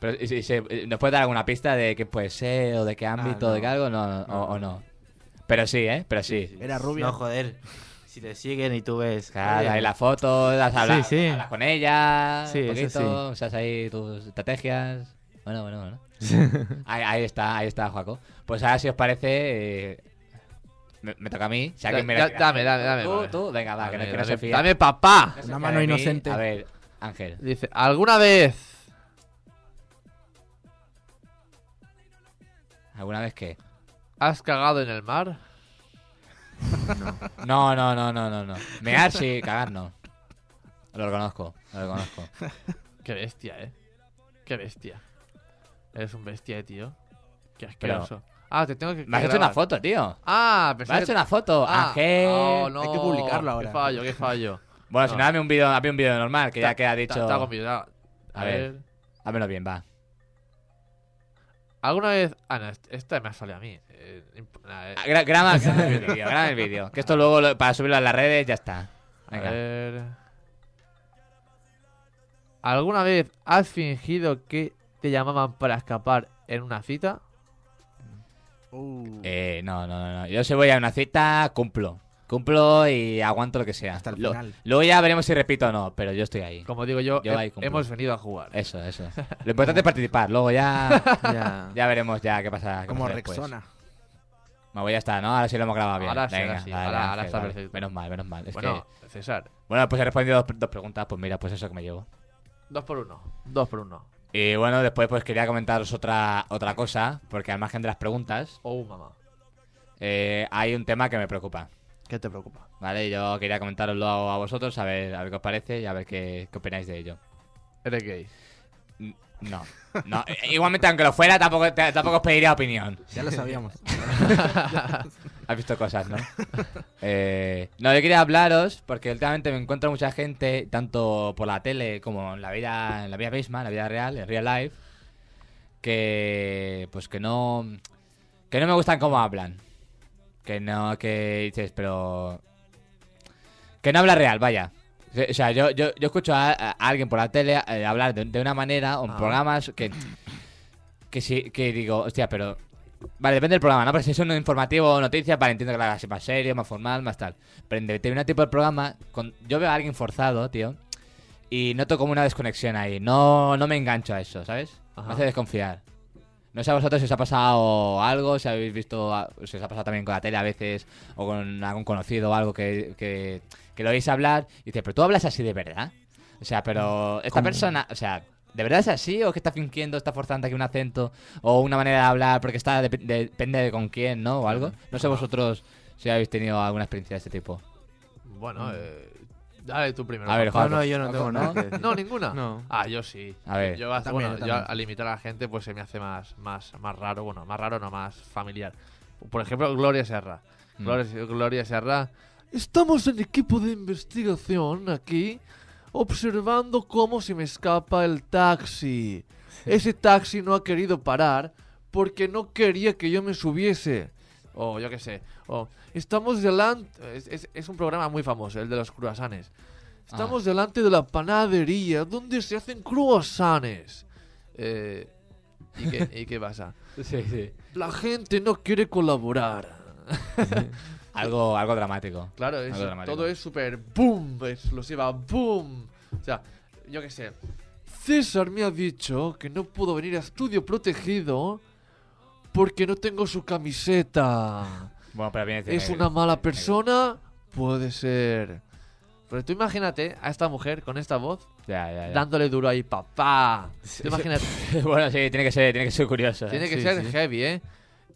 Speaker 1: Pero, ¿y si- si- eh, ¿Nos puedes dar alguna pista de qué puede ser o de qué ámbito,
Speaker 9: no.
Speaker 1: de qué algo? No, no, o, o no. Pero sí, ¿eh? Pero sí.
Speaker 2: Era rubia.
Speaker 9: No, joder. Si te siguen y tú ves.
Speaker 1: Claro,
Speaker 9: joder,
Speaker 1: ahí las fotos, las hablas,
Speaker 9: Sí, sí.
Speaker 1: hablas con ella,
Speaker 9: Sí,
Speaker 1: un
Speaker 9: eso
Speaker 1: poquito,
Speaker 9: sí.
Speaker 1: usas ahí tus estrategias. Bueno, bueno, bueno. <laughs> ahí, ahí está, ahí está, Joaco. Pues ahora, si os parece, eh, me, me toca a mí. Si
Speaker 6: Da-
Speaker 1: alguien me
Speaker 6: da-
Speaker 1: la-
Speaker 6: dame, dame, dame,
Speaker 1: Tú,
Speaker 6: dame.
Speaker 1: tú, venga, va, que no,
Speaker 6: Dame,
Speaker 1: que no se
Speaker 6: dame-
Speaker 1: fía.
Speaker 6: dame papá.
Speaker 1: No se
Speaker 2: Una
Speaker 1: fía
Speaker 2: mano
Speaker 1: de mí.
Speaker 2: inocente.
Speaker 1: A ver, Ángel.
Speaker 6: Dice, ¿alguna vez
Speaker 1: ¿Alguna vez qué?
Speaker 6: has cagado en el mar?
Speaker 1: No, no, no, no, no, no. Mear sí, cagar no. Lo reconozco, lo reconozco.
Speaker 6: Qué bestia, eh. Qué bestia. Eres un bestia, eh, tío. <laughs> Qué
Speaker 1: Pero-
Speaker 6: asqueroso. Ah, te tengo que.
Speaker 1: Me has
Speaker 6: que
Speaker 1: hecho una
Speaker 6: grabar.
Speaker 1: foto, tío.
Speaker 6: Ah,
Speaker 1: Me has
Speaker 6: pensaba
Speaker 1: hecho
Speaker 6: que-
Speaker 1: una foto,
Speaker 6: Ah,
Speaker 1: Ángel.
Speaker 6: no, no.
Speaker 2: Hay que publicarlo ahora.
Speaker 6: Qué fallo, qué fallo.
Speaker 1: Bueno, si
Speaker 6: No.
Speaker 1: no, hazme un vídeo, hazme un vídeo normal, que ya
Speaker 6: Está-
Speaker 1: que ha
Speaker 6: Está,
Speaker 1: dicho.
Speaker 6: está complicado. A
Speaker 1: A ver.
Speaker 6: ver.
Speaker 1: Hámelo bien,
Speaker 6: <laughs>
Speaker 1: va.
Speaker 6: ¿Alguna vez. Ah, no, est- esta me ha salido a mí. Eh, imp- nah, eh.
Speaker 1: Ah, gra- graba, graba el vídeo, graba el vídeo. Que esto luego lo- para subirlo a las redes ya está.
Speaker 6: A
Speaker 1: Venga.
Speaker 6: ver. ¿Alguna vez has fingido que te llamaban para escapar en una cita?
Speaker 2: Uh,
Speaker 1: Eh, no, no, no, no. Yo si voy a una cita, cumplo. Cumplo y aguanto lo que sea.
Speaker 2: Hasta el
Speaker 1: Lo-
Speaker 2: final.
Speaker 1: Luego ya veremos si repito o no, pero yo estoy ahí.
Speaker 6: Como digo yo,
Speaker 1: Yo
Speaker 6: he-
Speaker 1: ahí cumplo.
Speaker 6: hemos venido a jugar.
Speaker 1: Eso, eso. Lo importante es participar. Luego
Speaker 6: <laughs>
Speaker 1: ya,
Speaker 9: Ya.
Speaker 1: <laughs> ya veremos ya qué pasa. qué
Speaker 2: como
Speaker 1: pasa después.
Speaker 2: Rexona.
Speaker 1: Me voy a estar, ¿no? Ahora sí lo hemos grabado bien.
Speaker 6: Ahora sí,
Speaker 1: Venga,
Speaker 6: ahora sí.
Speaker 1: dale,
Speaker 6: Ahora- ahora
Speaker 1: Ángel,
Speaker 6: está
Speaker 1: vale.
Speaker 6: perfecto.
Speaker 1: Menos mal, menos mal. Es
Speaker 6: bueno,
Speaker 1: que-
Speaker 6: César,
Speaker 1: bueno, pues he respondido dos, dos preguntas. Pues mira, pues eso que me llevo.
Speaker 6: dos por uno. Dos por uno.
Speaker 1: Y bueno, después pues quería comentaros otra, otra cosa, porque al margen de las preguntas,
Speaker 6: Oh, mamá.
Speaker 1: eh, hay un tema que me preocupa.
Speaker 2: ¿Qué te preocupa?
Speaker 1: ¿Vale? Yo quería comentaroslo a, a vosotros, a ver, a ver qué os parece y a ver qué, qué opináis de ello.
Speaker 6: Eres gay.
Speaker 1: N- No, no. eh, Igualmente, aunque lo fuera, tampoco, te- tampoco os pediría opinión.
Speaker 2: Ya lo sabíamos.
Speaker 1: <laughs> Has visto cosas, ¿no? Eh, no, yo quería hablaros porque últimamente me encuentro mucha gente, tanto por la tele como en la vida, en la vida misma, en la vida real, en real life, que pues que no, que no me gustan cómo hablan, que no, que dices, pero que no habla real, vaya. O sea, yo, yo, yo escucho a, a alguien por la tele eh, hablar de, de una manera o en
Speaker 6: Ah.
Speaker 1: programas que que sí, que digo, hostia, pero Vale, depende del programa, ¿no? Pero si es un informativo o noticias, vale, entiendo que la hagas más serio, más formal, más tal. Pero en determinado tipo de programa, con... yo veo a alguien forzado, tío, y noto como una desconexión ahí. No, no me engancho a eso, ¿sabes?
Speaker 6: Ajá.
Speaker 1: Me hace desconfiar. No sé a vosotros si os ha pasado algo, si habéis visto, a- si os ha pasado también con la tele a veces, o con algún conocido o algo que, que, que lo oís hablar, y dices, pero tú hablas así de verdad. O sea, pero esta persona, o sea, ¿de verdad es así o que está fingiendo, está forzando aquí un acento o una manera de hablar porque está dep- de- depende de con quién, ¿no? O algo. No sé vosotros si habéis tenido alguna experiencia de este tipo.
Speaker 6: Bueno, eh, dale tú primero.
Speaker 1: Mm. A ver,
Speaker 9: No,
Speaker 1: Juan.
Speaker 9: no, yo no tengo nada que decir.
Speaker 6: <laughs> No, ninguna.
Speaker 9: No.
Speaker 6: Ah, yo sí.
Speaker 1: A ver.
Speaker 6: Yo, hace-
Speaker 2: También, yo
Speaker 6: bueno,
Speaker 2: también.
Speaker 6: yo al imitar a la gente, pues se me hace más, más, más raro. Bueno, más raro, no más familiar. Por ejemplo, Gloria Serra.
Speaker 1: Mm.
Speaker 6: Gloria, Gloria Serra. Estamos en equipo de investigación aquí, observando cómo se me escapa el taxi. Ese taxi no ha querido parar porque no quería que yo me subiese. O yo qué sé. O estamos delante. Es, es- es un programa muy famoso, el de los cruasanes. Estamos delante de la panadería donde se hacen cruasanes. Eh, ¿Y qué, y qué pasa?
Speaker 1: Sí, sí.
Speaker 6: La gente no quiere colaborar.
Speaker 1: Algo, algo dramático.
Speaker 6: Claro, es-
Speaker 1: Algo dramático.
Speaker 6: todo es súper boom, explosiva, boom. O sea, yo qué sé. César me ha dicho que no pudo venir a estudio protegido porque no tengo su camiseta.
Speaker 1: Bueno, pero viene
Speaker 6: es una mala persona, puede ser. Pero tú imagínate a esta mujer con esta voz
Speaker 1: Ya, ya, ya.
Speaker 6: dándole duro ahí, papá.
Speaker 1: Sí.
Speaker 6: Tú imagínate.
Speaker 1: <laughs> bueno, sí, tiene que ser, tiene que ser curioso.
Speaker 6: Tiene que
Speaker 1: Sí,
Speaker 6: ser
Speaker 1: sí.
Speaker 6: heavy, ¿eh?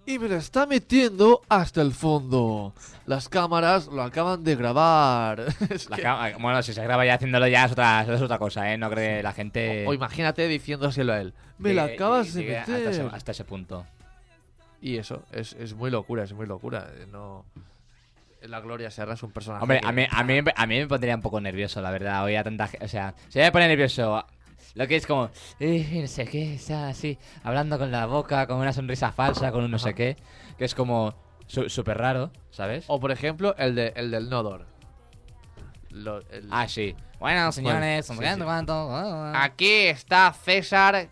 Speaker 6: Y me la está metiendo hasta el fondo. Las cámaras lo acaban de grabar. <laughs> Es
Speaker 1: La
Speaker 6: que-
Speaker 1: cama- bueno, si se graba ya haciéndolo ya es otra, es otra cosa, ¿eh? No cree la gente...
Speaker 6: O imagínate diciéndoselo a él. Me
Speaker 1: Llegue-
Speaker 6: la acabas de
Speaker 1: llegue Hasta ese,
Speaker 6: meter.
Speaker 1: hasta ese punto.
Speaker 6: Y eso, es, es muy locura, es muy locura. eh, No... La Gloria Serra es un personaje.
Speaker 1: Hombre,
Speaker 6: que-
Speaker 1: a mí, a, mí, a mí me pondría un poco nervioso, la verdad. Oír a tanta gente... O sea, se me pone nervioso. Lo que es como... "Eh, no sé qué, está así, hablando con la boca, con una sonrisa falsa, con un no sé qué. Que es como su- súper raro, ¿sabes?
Speaker 6: O por ejemplo, el, de, el del Nodor. Lo- el-
Speaker 1: Ah, sí. Bueno, señores,
Speaker 6: Pues, Sí,
Speaker 1: no sé qué,
Speaker 6: sí.
Speaker 1: no sé cuánto, ah, ah.
Speaker 6: Aquí está César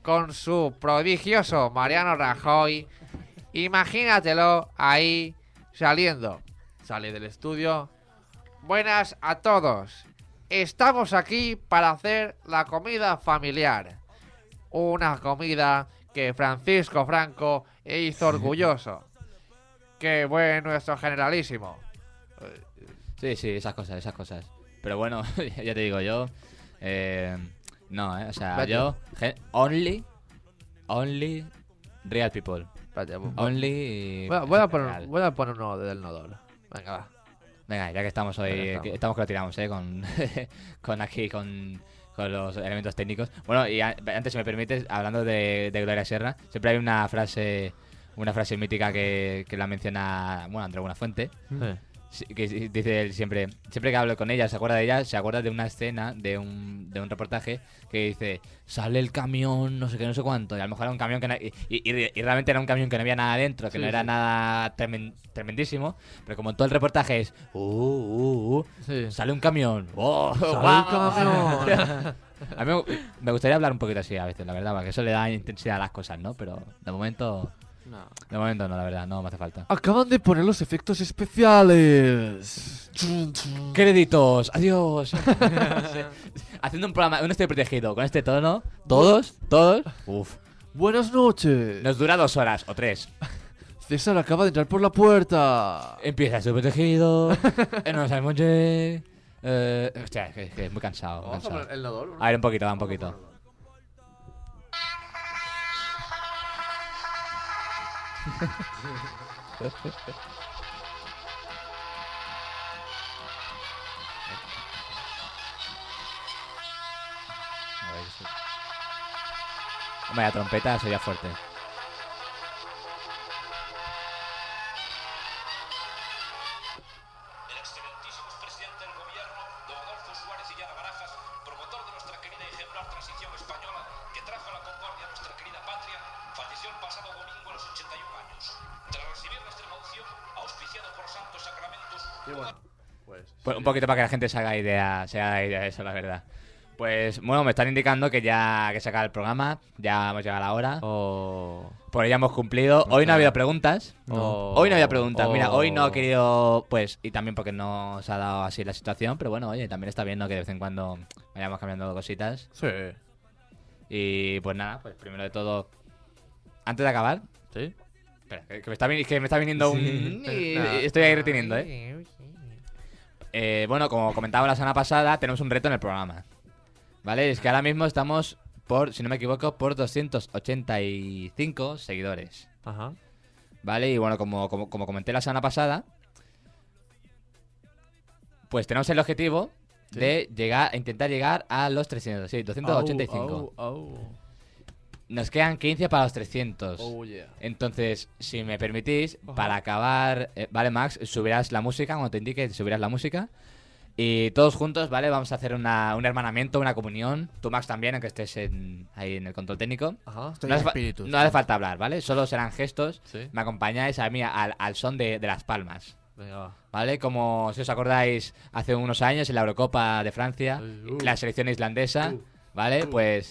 Speaker 6: con su prodigioso Mariano Rajoy. Imagínatelo ahí saliendo. Sale del estudio. Buenas a todos. Estamos aquí para hacer la comida familiar. Una comida que Francisco Franco hizo orgulloso. Que fue nuestro generalísimo.
Speaker 1: Sí, sí, esas cosas, esas cosas. Pero bueno, <laughs> ya te digo, yo. eh, no, eh, o sea,
Speaker 6: Vete.
Speaker 1: yo. gen- Only. Only. Real people. Only.
Speaker 6: Voy a, voy a poner, voy a poner uno del Nodor. Venga, va.
Speaker 1: Venga, ya que estamos hoy.
Speaker 6: Ya que
Speaker 1: eh,
Speaker 6: estamos.
Speaker 1: que- estamos que lo tiramos, ¿eh? Con, <laughs> con aquí, con, con los elementos técnicos. Bueno, y a- antes, si me permites, hablando de, de Gloria Serra, siempre hay una frase. Una frase mítica que, que la menciona, bueno, André Buenafuente. Sí, que sí, dice él siempre, siempre que hablo con ella, se acuerda de ella, se acuerda de una escena, de un, de un reportaje que dice, sale el camión, no sé qué, no sé cuánto, y a lo mejor era un camión que no- y, y- y realmente era un camión que no había nada dentro, que
Speaker 6: Sí,
Speaker 1: no era
Speaker 6: sí.
Speaker 1: nada tremen- tremendísimo, pero como en todo el reportaje es, "Uh, uh, uh,
Speaker 6: Sí.
Speaker 1: sale un camión, oh,
Speaker 6: Sale
Speaker 1: guau". <laughs>
Speaker 6: un camión.
Speaker 1: A mí me- me gustaría hablar un poquito así a veces, la verdad, porque eso le da intensidad a las cosas, ¿no? Pero de momento,
Speaker 9: No.
Speaker 1: de momento no, la verdad, no me hace falta.
Speaker 6: Acaban de poner los efectos especiales. Chun, chun.
Speaker 1: Créditos, adiós. <laughs> Haciendo un programa, un estoy protegido con este tono. Todos, todos. Uf.
Speaker 6: Buenas noches.
Speaker 1: Nos dura dos horas o tres.
Speaker 6: César acaba de entrar por la puerta.
Speaker 1: Empieza estoy protegido. eh, no sabemos qué. Eh, hostia, es que, es que es muy cansado. muy cansado.
Speaker 6: el Nodor.
Speaker 1: A ver, un poquito, va, un poquito. A ver, sí. Hombre, la trompeta sería fuerte.
Speaker 10: El excelentísimo presidente del gobierno, don Adolfo Suárez y Yara Barajas, promotor de nuestra querida y ejemplar transición española, que trajo a la concordia a nuestra querida patria, falleció el pasado domingo a los 81 años. Tras recibir la extremaunción, auspiciado por santos sacramentos,
Speaker 1: Pues un poquito para que la gente se haga idea, se haga idea de eso, la verdad. Pues bueno, me están indicando que ya que se acaba el programa, ya hemos llegado a la hora.
Speaker 6: Oh,
Speaker 1: Por ya hemos cumplido. Hoy no ha habido preguntas.
Speaker 9: No.
Speaker 1: Hoy no había preguntas. Mira,
Speaker 9: Oh.
Speaker 1: hoy no ha querido, pues, y también porque no se ha dado así la situación, pero bueno, oye, también está viendo que de vez en cuando vayamos cambiando cositas.
Speaker 6: Sí.
Speaker 1: Y pues nada, pues primero de todo, antes de acabar,
Speaker 6: ¿Sí?
Speaker 1: espera, que que me está, vi- que me está viniendo un... <laughs> y- y Estoy ahí reteniendo, ¿eh? Eh, bueno, como comentaba la semana pasada, tenemos un reto en el programa. ¿Vale? Es que ahora mismo estamos por, si no me equivoco, por 285 seguidores.
Speaker 6: Ajá.
Speaker 1: ¿Vale? Y bueno, como, como, como comenté la semana pasada, pues tenemos el objetivo
Speaker 6: Sí.
Speaker 1: de llegar, intentar llegar a los 300, sí, 285.
Speaker 6: Oh,
Speaker 1: Nos quedan 15 para los 300.
Speaker 6: yeah.
Speaker 1: Entonces, si me permitís, para acabar, eh, ¿vale, Max? Subirás la música, cuando te indique, subirás la música. Y todos juntos, ¿vale? Vamos a hacer una- un hermanamiento, una comunión. Tú, Max, también, aunque estés en- ahí en el control técnico.
Speaker 6: Ajá.
Speaker 2: Estoy
Speaker 1: no,
Speaker 2: en
Speaker 1: hace fa-
Speaker 2: espíritu.
Speaker 1: no hace falta hablar, ¿vale? Solo serán gestos.
Speaker 6: Sí.
Speaker 1: Me acompañáis a mí al, al son de, de las palmas,
Speaker 6: Venga, va.
Speaker 1: ¿vale? Como si os acordáis, hace unos años en la Eurocopa de Francia,
Speaker 6: Ay, uh.
Speaker 1: la selección islandesa,
Speaker 6: Uh.
Speaker 1: ¿vale? <laughs> Pues,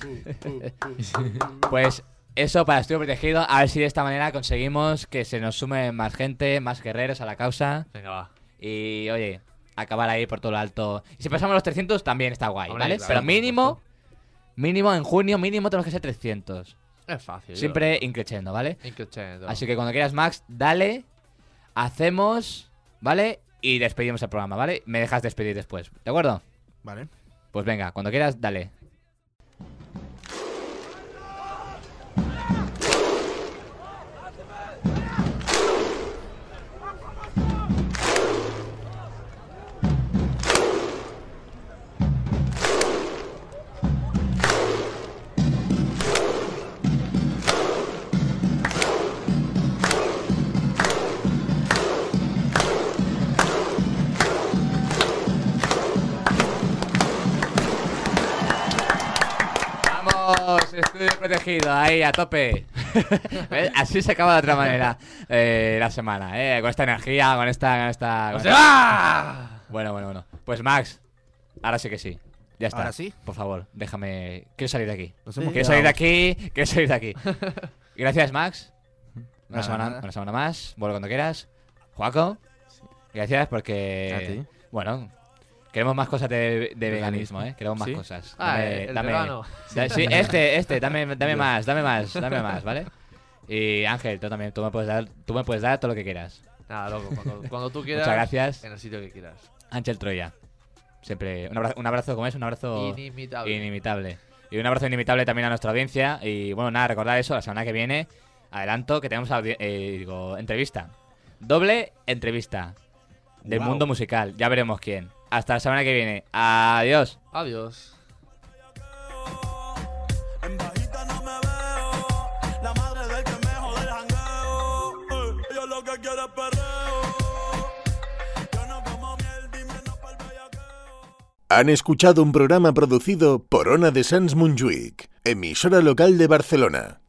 Speaker 1: pues Eso para Estudio Protegido, a ver si de esta manera conseguimos que se nos sume más gente, más guerreros a la causa.
Speaker 6: Venga, va.
Speaker 1: Y oye, acabar ahí por todo lo alto. Y si pasamos los 300 también está guay,
Speaker 6: Hombre,
Speaker 1: ¿vale?
Speaker 6: claro,
Speaker 1: Pero
Speaker 6: por
Speaker 1: mínimo, mínimo en junio, mínimo tenemos que ser 300.
Speaker 6: Es fácil.
Speaker 1: Siempre increchendo, ¿vale?
Speaker 6: Increchendo.
Speaker 1: Así que cuando quieras, Max, dale, hacemos, ¿vale? Y despedimos el programa, ¿vale? Me dejas despedir después, ¿de acuerdo?
Speaker 2: Vale.
Speaker 1: Pues venga, cuando quieras, dale. ¡Vamos! Estudio protegido, ahí, a tope. <laughs> ¿Ves? Así se acaba de otra manera eh, la semana, ¿eh? Con esta energía, con esta... Con esta con
Speaker 6: ¡Se
Speaker 1: esta-
Speaker 6: va!
Speaker 1: Bueno, bueno, bueno. Pues Max, ahora sí que sí. Ya está.
Speaker 2: ¿Ahora sí?
Speaker 1: Por favor, déjame... Quiero salir de aquí.
Speaker 2: Nos hemos
Speaker 1: Quiero salir de
Speaker 2: quedado.
Speaker 1: aquí, quiero salir de
Speaker 2: <laughs>
Speaker 1: aquí. Gracias, Max. Una,
Speaker 2: Nada,
Speaker 1: semana,
Speaker 2: nada.
Speaker 1: una semana más. Vuelvo cuando quieras. Juaco, gracias porque... Bueno... Queremos más cosas de, de veganismo, ¿eh? Queremos más
Speaker 9: Sí.
Speaker 1: cosas.
Speaker 6: Ah,
Speaker 1: Dame-
Speaker 6: el- el
Speaker 1: dame-
Speaker 6: vegano.
Speaker 1: da- sí,
Speaker 2: <laughs>
Speaker 6: Sí.
Speaker 1: este, este, dame, dame más, dame más, dame más, ¿vale? Y Ángel, tú también, tú me puedes dar, tú me puedes dar todo lo que quieras.
Speaker 6: Nada, loco. Cuando, cuando tú quieras.
Speaker 1: Muchas gracias.
Speaker 6: En el sitio que quieras.
Speaker 1: Ángel Troya. Siempre un abrazo, un abrazo como es, un abrazo
Speaker 6: Inimitable.
Speaker 1: inimitable. Y un abrazo inimitable también a nuestra audiencia. Y bueno, nada, recordar eso, la semana que viene, adelanto que tenemos audi- eh, digo, entrevista. Doble entrevista del
Speaker 6: Guau.
Speaker 1: mundo musical. Ya veremos quién. Hasta la semana que viene. Adiós.
Speaker 6: Adiós.
Speaker 11: La madre del que me jode el jangueo. eh, Ella lo que quiere es perreo. Yo no como miel, dime no pa'l
Speaker 12: Han escuchado un programa producido por Ona de Sans Montjuïc, emisora local de Barcelona.